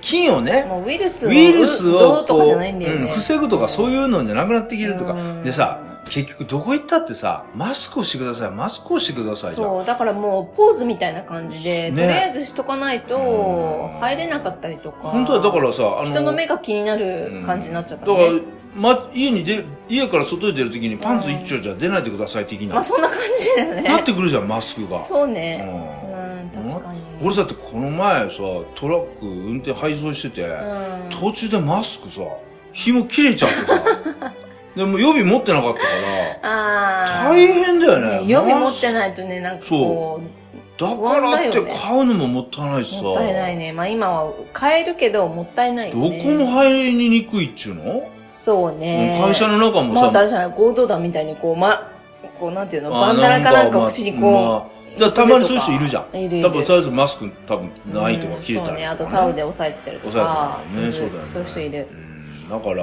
S2: 菌をね、
S1: もうウイルスを。
S2: ウイルス
S1: ど
S2: を
S1: う
S2: ことう、
S1: かじゃないんだよ
S2: うん
S1: ね。
S2: 防ぐとかそういうのじゃなくなってきるとか
S1: う。ん
S2: でさ、結局どこ行ったってさ、マスクをしてください、マスクをしてくださいじゃん。
S1: そう、だからもうポーズみたいな感じで、
S2: ね
S1: とりあえずしとかないと
S2: うん
S1: 入れなかったりとか。
S2: 本当はだからさ、あ
S1: 人の目が気になる感じになっちゃった
S2: だから
S1: ね。、
S2: ま、家に出、家から外へ出るときにパンツ一丁じゃ出ないでください的
S1: ま
S2: な
S1: あ。そんな感じだよ
S2: なっ
S1: ね。
S2: てくるじゃん、マスクが。
S1: そう
S2: う
S1: ね。うんん、確かに。
S2: 俺だってこの前さ、トラック運転配送してて、
S1: うん
S2: 途中でマスクさ、紐切れちゃってさ。 でも予備持ってなかったから、
S1: あ
S2: 大変だよ
S1: あ。
S2: ね。
S1: ね予備持って
S2: い。
S1: ないとね、なんか
S2: そ
S1: こ
S2: だからっ
S1: 不安
S2: て
S1: だよね、
S2: 買うのももったいないうしさ。
S1: もったいないね。まあ今は買えるけど、もったいないよ
S2: どこ
S1: ね。
S2: も入りにくいっちゅうの、
S1: そうね。
S2: 会社の中も
S1: ま
S2: さ、
S1: あ、あれじゃない、合同団みたいにこう、ま、こう、なんていうの、バンダナかなんかを口にこ
S2: うだからたまにそういう人いるじゃん。
S1: いるいる
S2: 多分、とりあえずマスク多分
S1: う、
S2: ないとか切れた
S1: そう
S2: り
S1: ね、あ
S2: と
S1: と
S2: か、
S1: タオルで押さえてたりと
S2: 押さ
S1: か。
S2: えたりとか
S1: ん
S2: ね、そうだよね。
S1: そういう人いる
S2: う。んだから、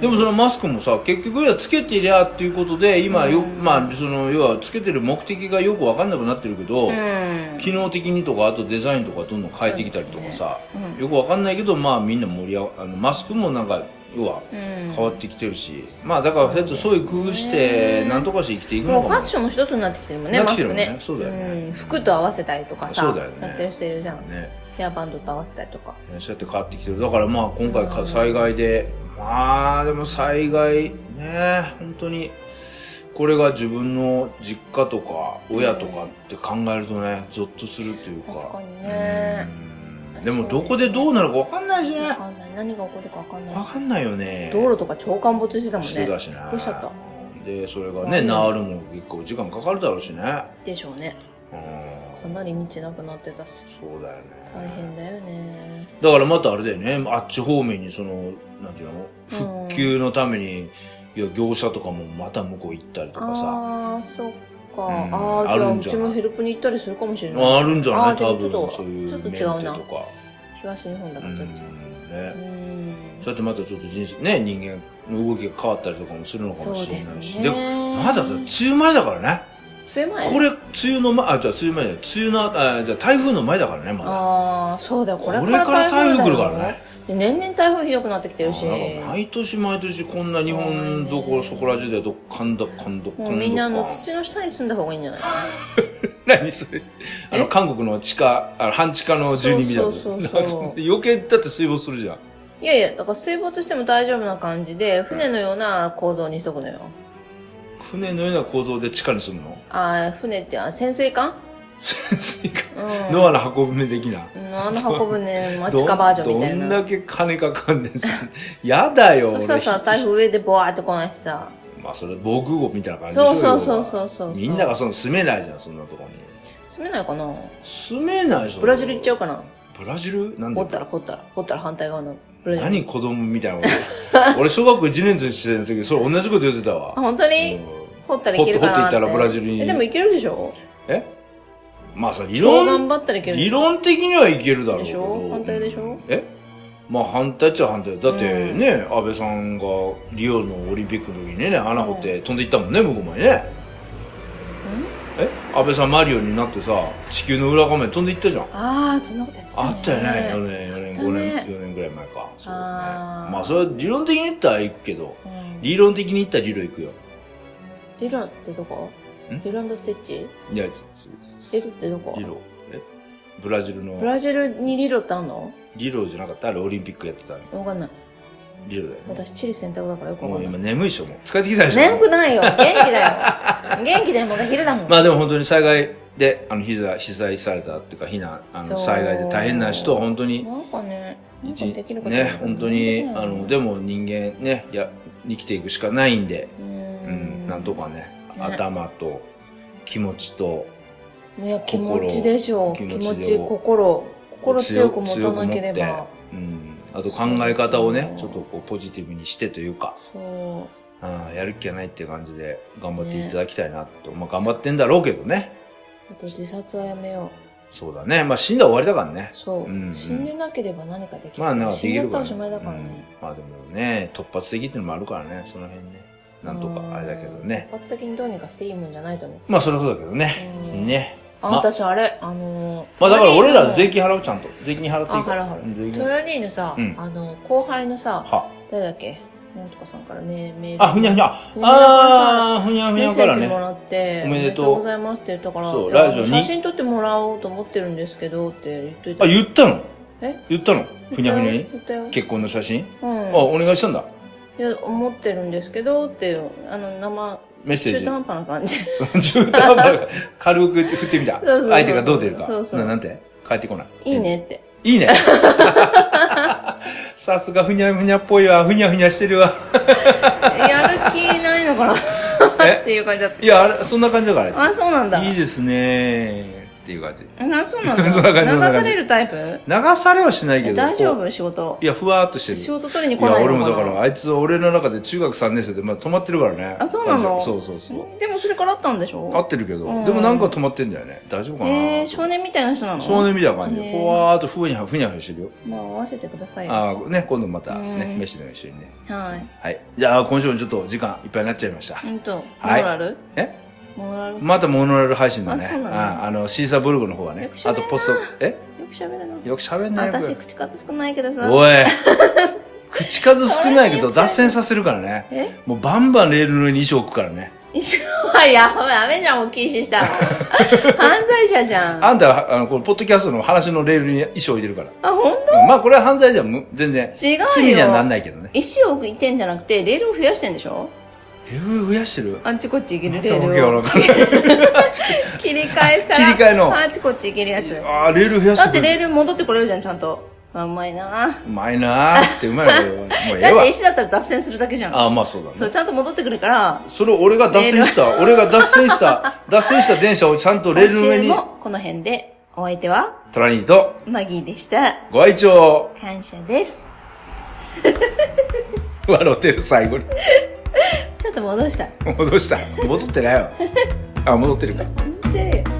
S2: でもそのマスクもさ、結局はつけてりゃっていうことで、今よ、まあ、その、要はつけてる目的がよくわかんなくなってるけど、
S1: うん
S2: 機能的にとか、あとデザインとかどんどん変えてきたりとかさ、
S1: そうですねうん
S2: よくわかんないけど、まあみんな盛り上があの、マスクもなんか、要は
S1: うん
S2: 変わってきてるし、まあだから、そうやってそういう工夫して、なんとかして生きていく
S1: も
S2: の
S1: う
S2: か
S1: フ
S2: も
S1: ァッ。ションの一つになってきてるもんね
S2: なって
S1: マ
S2: きて
S1: ス
S2: る
S1: ク
S2: もんね
S1: ね
S2: そうだよね
S1: ん服と合わせたりとかさ
S2: そうだよね
S1: やってる人いるじゃん
S2: ね
S1: ヘアバンドと合わせたりとか
S2: ねそうやって変わってきてる。だからまあ今回か災害で、まあでも災害ね、本当に、これが自分の実家とか親とかって考えるとね、ゾッとするというか。
S1: 確かにね
S2: うんでもどこでどうなるかわかんないし
S1: わ
S2: ね。
S1: かんない何が起こるかわかんない
S2: わ
S1: し
S2: かんないよね。
S1: 道路とか超陥没してたもん
S2: して
S1: ね
S2: たしね。
S1: どうしちゃった
S2: で、それがね、治るのも結構時間かかるだろうしね。
S1: でしょうね
S2: うん。
S1: かなり道なくなってたし
S2: そうだよね。
S1: 大変だよね
S2: だからまたあれだよね、あっち方面にその、なんていうの
S1: うん
S2: 復旧のために、いや、業者とかもまた向こう行ったりとかさ、
S1: ああーそっか、
S2: うん
S1: ああ
S2: あ
S1: じゃあ
S2: る
S1: うん
S2: じゃ
S1: ち
S2: ない
S1: もヘルプに行ったりするかもしれない
S2: あるんじゃな
S1: あ
S2: い
S1: ーでも
S2: 多
S1: ちょっと
S2: 分、そういう
S1: ちょっと
S2: メンテ
S1: 違
S2: と
S1: うな
S2: か。
S1: 東日本だ
S2: う
S1: から
S2: ん、
S1: ちょっとう
S2: ね。
S1: ん
S2: そうやってまたちょっと人生、ね、人間の動きが変わったりとかもするのかもしれないし。
S1: そうですね
S2: でも、まだだ、梅雨前だからね。
S1: 梅雨前
S2: これ、梅雨の前、あ、じゃあ梅雨前だよ。梅雨の、あ、じゃあ台風の前だからね、まだ。
S1: ああそうだよこれ
S2: こ
S1: か
S2: れ
S1: ら
S2: から台
S1: 台風
S2: 風来
S1: だ
S2: る
S1: よ
S2: からね。
S1: で年々台風ひどくなってきてるし
S2: あなんか毎年毎年こんな日本どころそこら中でどっかんだっかんどっか
S1: も
S2: んどっ
S1: う
S2: か
S1: みんなあの土の下に住んだ方がいいんじゃない
S2: 何それあの、
S1: え
S2: 韓国の地下、あの半地下の住人みたいな。
S1: そうそうそうそう
S2: 余計だって水没するじゃん。
S1: いやいやだから水没しても大丈夫な感じで船のような構造にしとくのよ
S2: 船のような構造で地下に住むの
S1: ああ船ってあ潜水艦
S2: 潜水艦。
S1: うん
S2: ノアの箱舟的な。
S1: うんあの箱舟町下バージョンみたい
S2: ど
S1: な
S2: んだけ金かかんね んすやだ
S1: そ
S2: よ、
S1: したらさ
S2: 俺
S1: 台風上でボワーって来ないしさ
S2: まあ、それ防空壕みたいな感じでしょ
S1: そうそうそう
S2: 要は
S1: そうそう
S2: みんながその住めないじゃん、そんなとこに。
S1: 住めないかな
S2: 住めないぞ。
S1: ブラジル行っちゃ
S2: ゃ
S1: うかな
S2: ブラジルなん
S1: 掘
S2: で
S1: ったら掘ったら掘ったら反対側のブラジル
S2: 何子供みたいなこと。 俺、小学校1年生の時、それ同じこと言ってたわ
S1: あ。本当に、
S2: うん
S1: 掘ったらいけるかな
S2: 掘って掘っていったらブラジルに
S1: えでもいけるでしょ
S2: えまあさ、理
S1: 超頑
S2: 論、
S1: 張ったらいけるで
S2: 理
S1: しょ
S2: 論的にはいけるだろうけ
S1: でし
S2: ど
S1: ょ。反対でしょ
S2: うんえまあ反対っちゃ反対だ。だって
S1: うん
S2: ね、安倍さんがリオのオリンピックの時にね、穴掘って飛んでいったもんね、向こうまでね。え安倍さんマリオになってさ、地球の裏側まで飛んでいったじゃん。
S1: ああそんなことやってたね
S2: あったよね、4年、4年、
S1: あった
S2: 5
S1: ね
S2: 年、4年ぐらい前か。そうだね
S1: あー
S2: まあそれは理論的に言ったら行くけど、
S1: うん
S2: 理論的に言ったらリロ行くよ。
S1: リロってどこ
S2: ん
S1: リロステッチ
S2: いや、
S1: リロってどこ
S2: リロ。えブラジル
S1: ブ
S2: の、
S1: ラジルにリロってあんの
S2: リロじゃなかったあれオリンピックやってたの
S1: わかんない
S2: リロだよね。
S1: 私チリ選択だからよくわ
S2: も
S1: か
S2: うん
S1: な
S2: 今
S1: い
S2: 眠いでしょ、もう。疲れてきたでしょ。
S1: 眠くないよ元気だよ元気だよまだ昼だもん、
S2: まあでも本当に災害で、あの、被災、被災されたっていうか、避難、あ
S1: そ
S2: の、
S1: う
S2: 災害で大変な人は本当に、
S1: なんかねなんか
S2: 一
S1: できること
S2: ね、本当に、あの、で
S1: も
S2: も人間ね、や、生きていくしかないんで、
S1: う
S2: うんん、なんとかね、頭と、気持ちと、
S1: いや気持ちでしょう気
S2: 気
S1: 持
S2: 持
S1: ち
S2: ち
S1: 心心強く持たなけれ
S2: 強く持
S1: ば
S2: ってうん。あと考え方をね、ち
S1: そ
S2: ょ
S1: うそう
S2: っとこう、ポジティブにしてというか、
S1: そう
S2: うん、やる気がないっていう感じで、頑張っていただきたいなと。まあ頑張ってんだろうけどね。
S1: あと自殺はやめよ
S2: そうだね。まあ死んだら終わりだからね
S1: う。そう、
S2: うんうん
S1: 死んでなければ何かできる、
S2: まあなんか
S1: 死
S2: で
S1: ん
S2: き
S1: じゃっ
S2: る
S1: た
S2: から
S1: お
S2: ね、
S1: しまいだからね、
S2: うんまあでもね、突発的っていうのもあるからね、その辺ね。なんとかあれだけどね。
S1: 一発的にどうにかしていいもんじゃないと思う
S2: まあそりゃそうだけどね。
S1: うん
S2: ね。
S1: あ、
S2: ま
S1: 私あれあのー
S2: まあだから俺ら税
S1: 金
S2: 金払うちゃんと。税金払ってい
S1: あ
S2: いか
S1: は
S2: ら。
S1: らはら
S2: うん税
S1: ト
S2: 金。
S1: ラリーのさ、
S2: うん
S1: あの後輩のさ
S2: は。
S1: 誰だっけなんとかさんからメメール
S2: あ、ふにゃふにゃ。
S1: ふにゃ
S2: あー、ふにゃふに
S1: メッ
S2: ゃ
S1: セ
S2: から
S1: ージも
S2: ね。
S1: らって、
S2: おめでとう
S1: ございますって言ったから、
S2: そう
S1: いや
S2: ラジオに
S1: 写真撮ってもらおうと思ってるんですけどって言っといた。
S2: あ、言ったの
S1: え
S2: 言ったのふにゃふにゃに
S1: 言ったよ。
S2: 結婚の写真
S1: うん
S2: あ、。お願いしたんだ。
S1: いや、思ってるんですけどっていう、あの、生、
S2: メッセー
S1: 中
S2: ジ
S1: 途。半端な感じ。
S2: 中途半端な軽く振ってみた。
S1: うそうそう
S2: 相手がどう出るか。
S1: そうそう
S2: ななんて帰ってこない。
S1: いいねって。
S2: いいね。 さすがふにゃふにゃっぽいわ。ふにゃふにゃして るわ。
S1: やる気ないのかなっ
S2: え
S1: ていう感じだった。
S2: いや、あれ、そんな感じだから。
S1: あ、そうなんだ。
S2: いいですね。っていう感じ。
S1: あ、そうなんだ。
S2: そんな感じそんな感
S1: 流
S2: じ
S1: されるタイプ
S2: 流されはしないけ
S1: え
S2: ど。
S1: 大丈
S2: こ
S1: 夫仕事
S2: うい。や、ふわーっとしてる。
S1: 仕事取りに
S2: い
S1: 来な
S2: や、
S1: いの
S2: 俺
S1: かな
S2: もだから、あいつ俺の中で中学3年生でまだ止まってるからね。
S1: あそうなの
S2: そうそうそう。
S1: でもそれからあったんでし
S2: 合
S1: ょ
S2: ってるけど、
S1: うん
S2: でもなんか止まってんだよね。大丈夫かな
S1: えー、少年みたいな人なの
S2: 少年みたいな感じ
S1: へ
S2: で、
S1: ー
S2: ふわーっとふにゃふにゃふにゃしてるよ。
S1: まあ、合わせてくださいよ。は
S2: ああ、ね、今度またね
S1: う、ん
S2: 飯でも一緒にね。
S1: い。
S2: はい。じゃあ、今週もちょっと時間いっぱいになっちゃいました。
S1: うんと、モ
S2: はい
S1: ラル
S2: え
S1: モラルよ
S2: またモノラル配信だね。
S1: あそうなの
S2: ああの、シーサーブログの方はね
S1: よく。喋
S2: あ
S1: んな
S2: と、ポスト、え
S1: く喋るな。
S2: よく喋んない
S1: 私、口数少ないけどさ。
S2: おい。口数少ないけど、脱線させるからね。
S1: え
S2: もうバンバンレールの上に衣装置くからね。
S1: 一緒はやばい、ダメじゃん、もう禁止したら。犯罪者じゃん。あ、
S2: あんたは、あの、このポッドキャストの話のレールに衣装置いてるから。
S1: ほんと
S2: まあ、これは犯罪じゃむ全然。
S1: 違うよ
S2: 罪にはなんないけどね。
S1: 石を置いてんじゃなくて、レールを増やしてんでしょ
S2: レール増やしてる
S1: あっちこっち行け
S2: なん
S1: る
S2: だ
S1: レ
S2: わけわ
S1: ールを。
S2: からない
S1: 切り替えしたら。
S2: 切り替えの
S1: あっちこっち行けるやつ。
S2: あー、レール増やして
S1: だ
S2: る。
S1: ってレール戻ってこれるじゃん、ちゃんと。あうまいな
S2: うまいなーって、うまいわ。もうええ
S1: だっ
S2: わ
S1: て。石だったら脱線するだけじゃん。
S2: あー、まあそうだね。
S1: そう、ちゃんと戻ってくるから、
S2: それを俺が脱線した、俺が脱線した、 脱線した電車をちゃんとレー
S1: 今
S2: ルの上
S1: 週
S2: に、
S1: もこの辺で、お相手は、
S2: トラニーと
S1: マギーでした。
S2: ご愛聴、
S1: 感謝です。
S2: 笑ってる最後に。
S1: ちょっと戻した。
S2: 戻した。戻ってないよ。あ、戻ってるか。
S1: 戻ってるよ。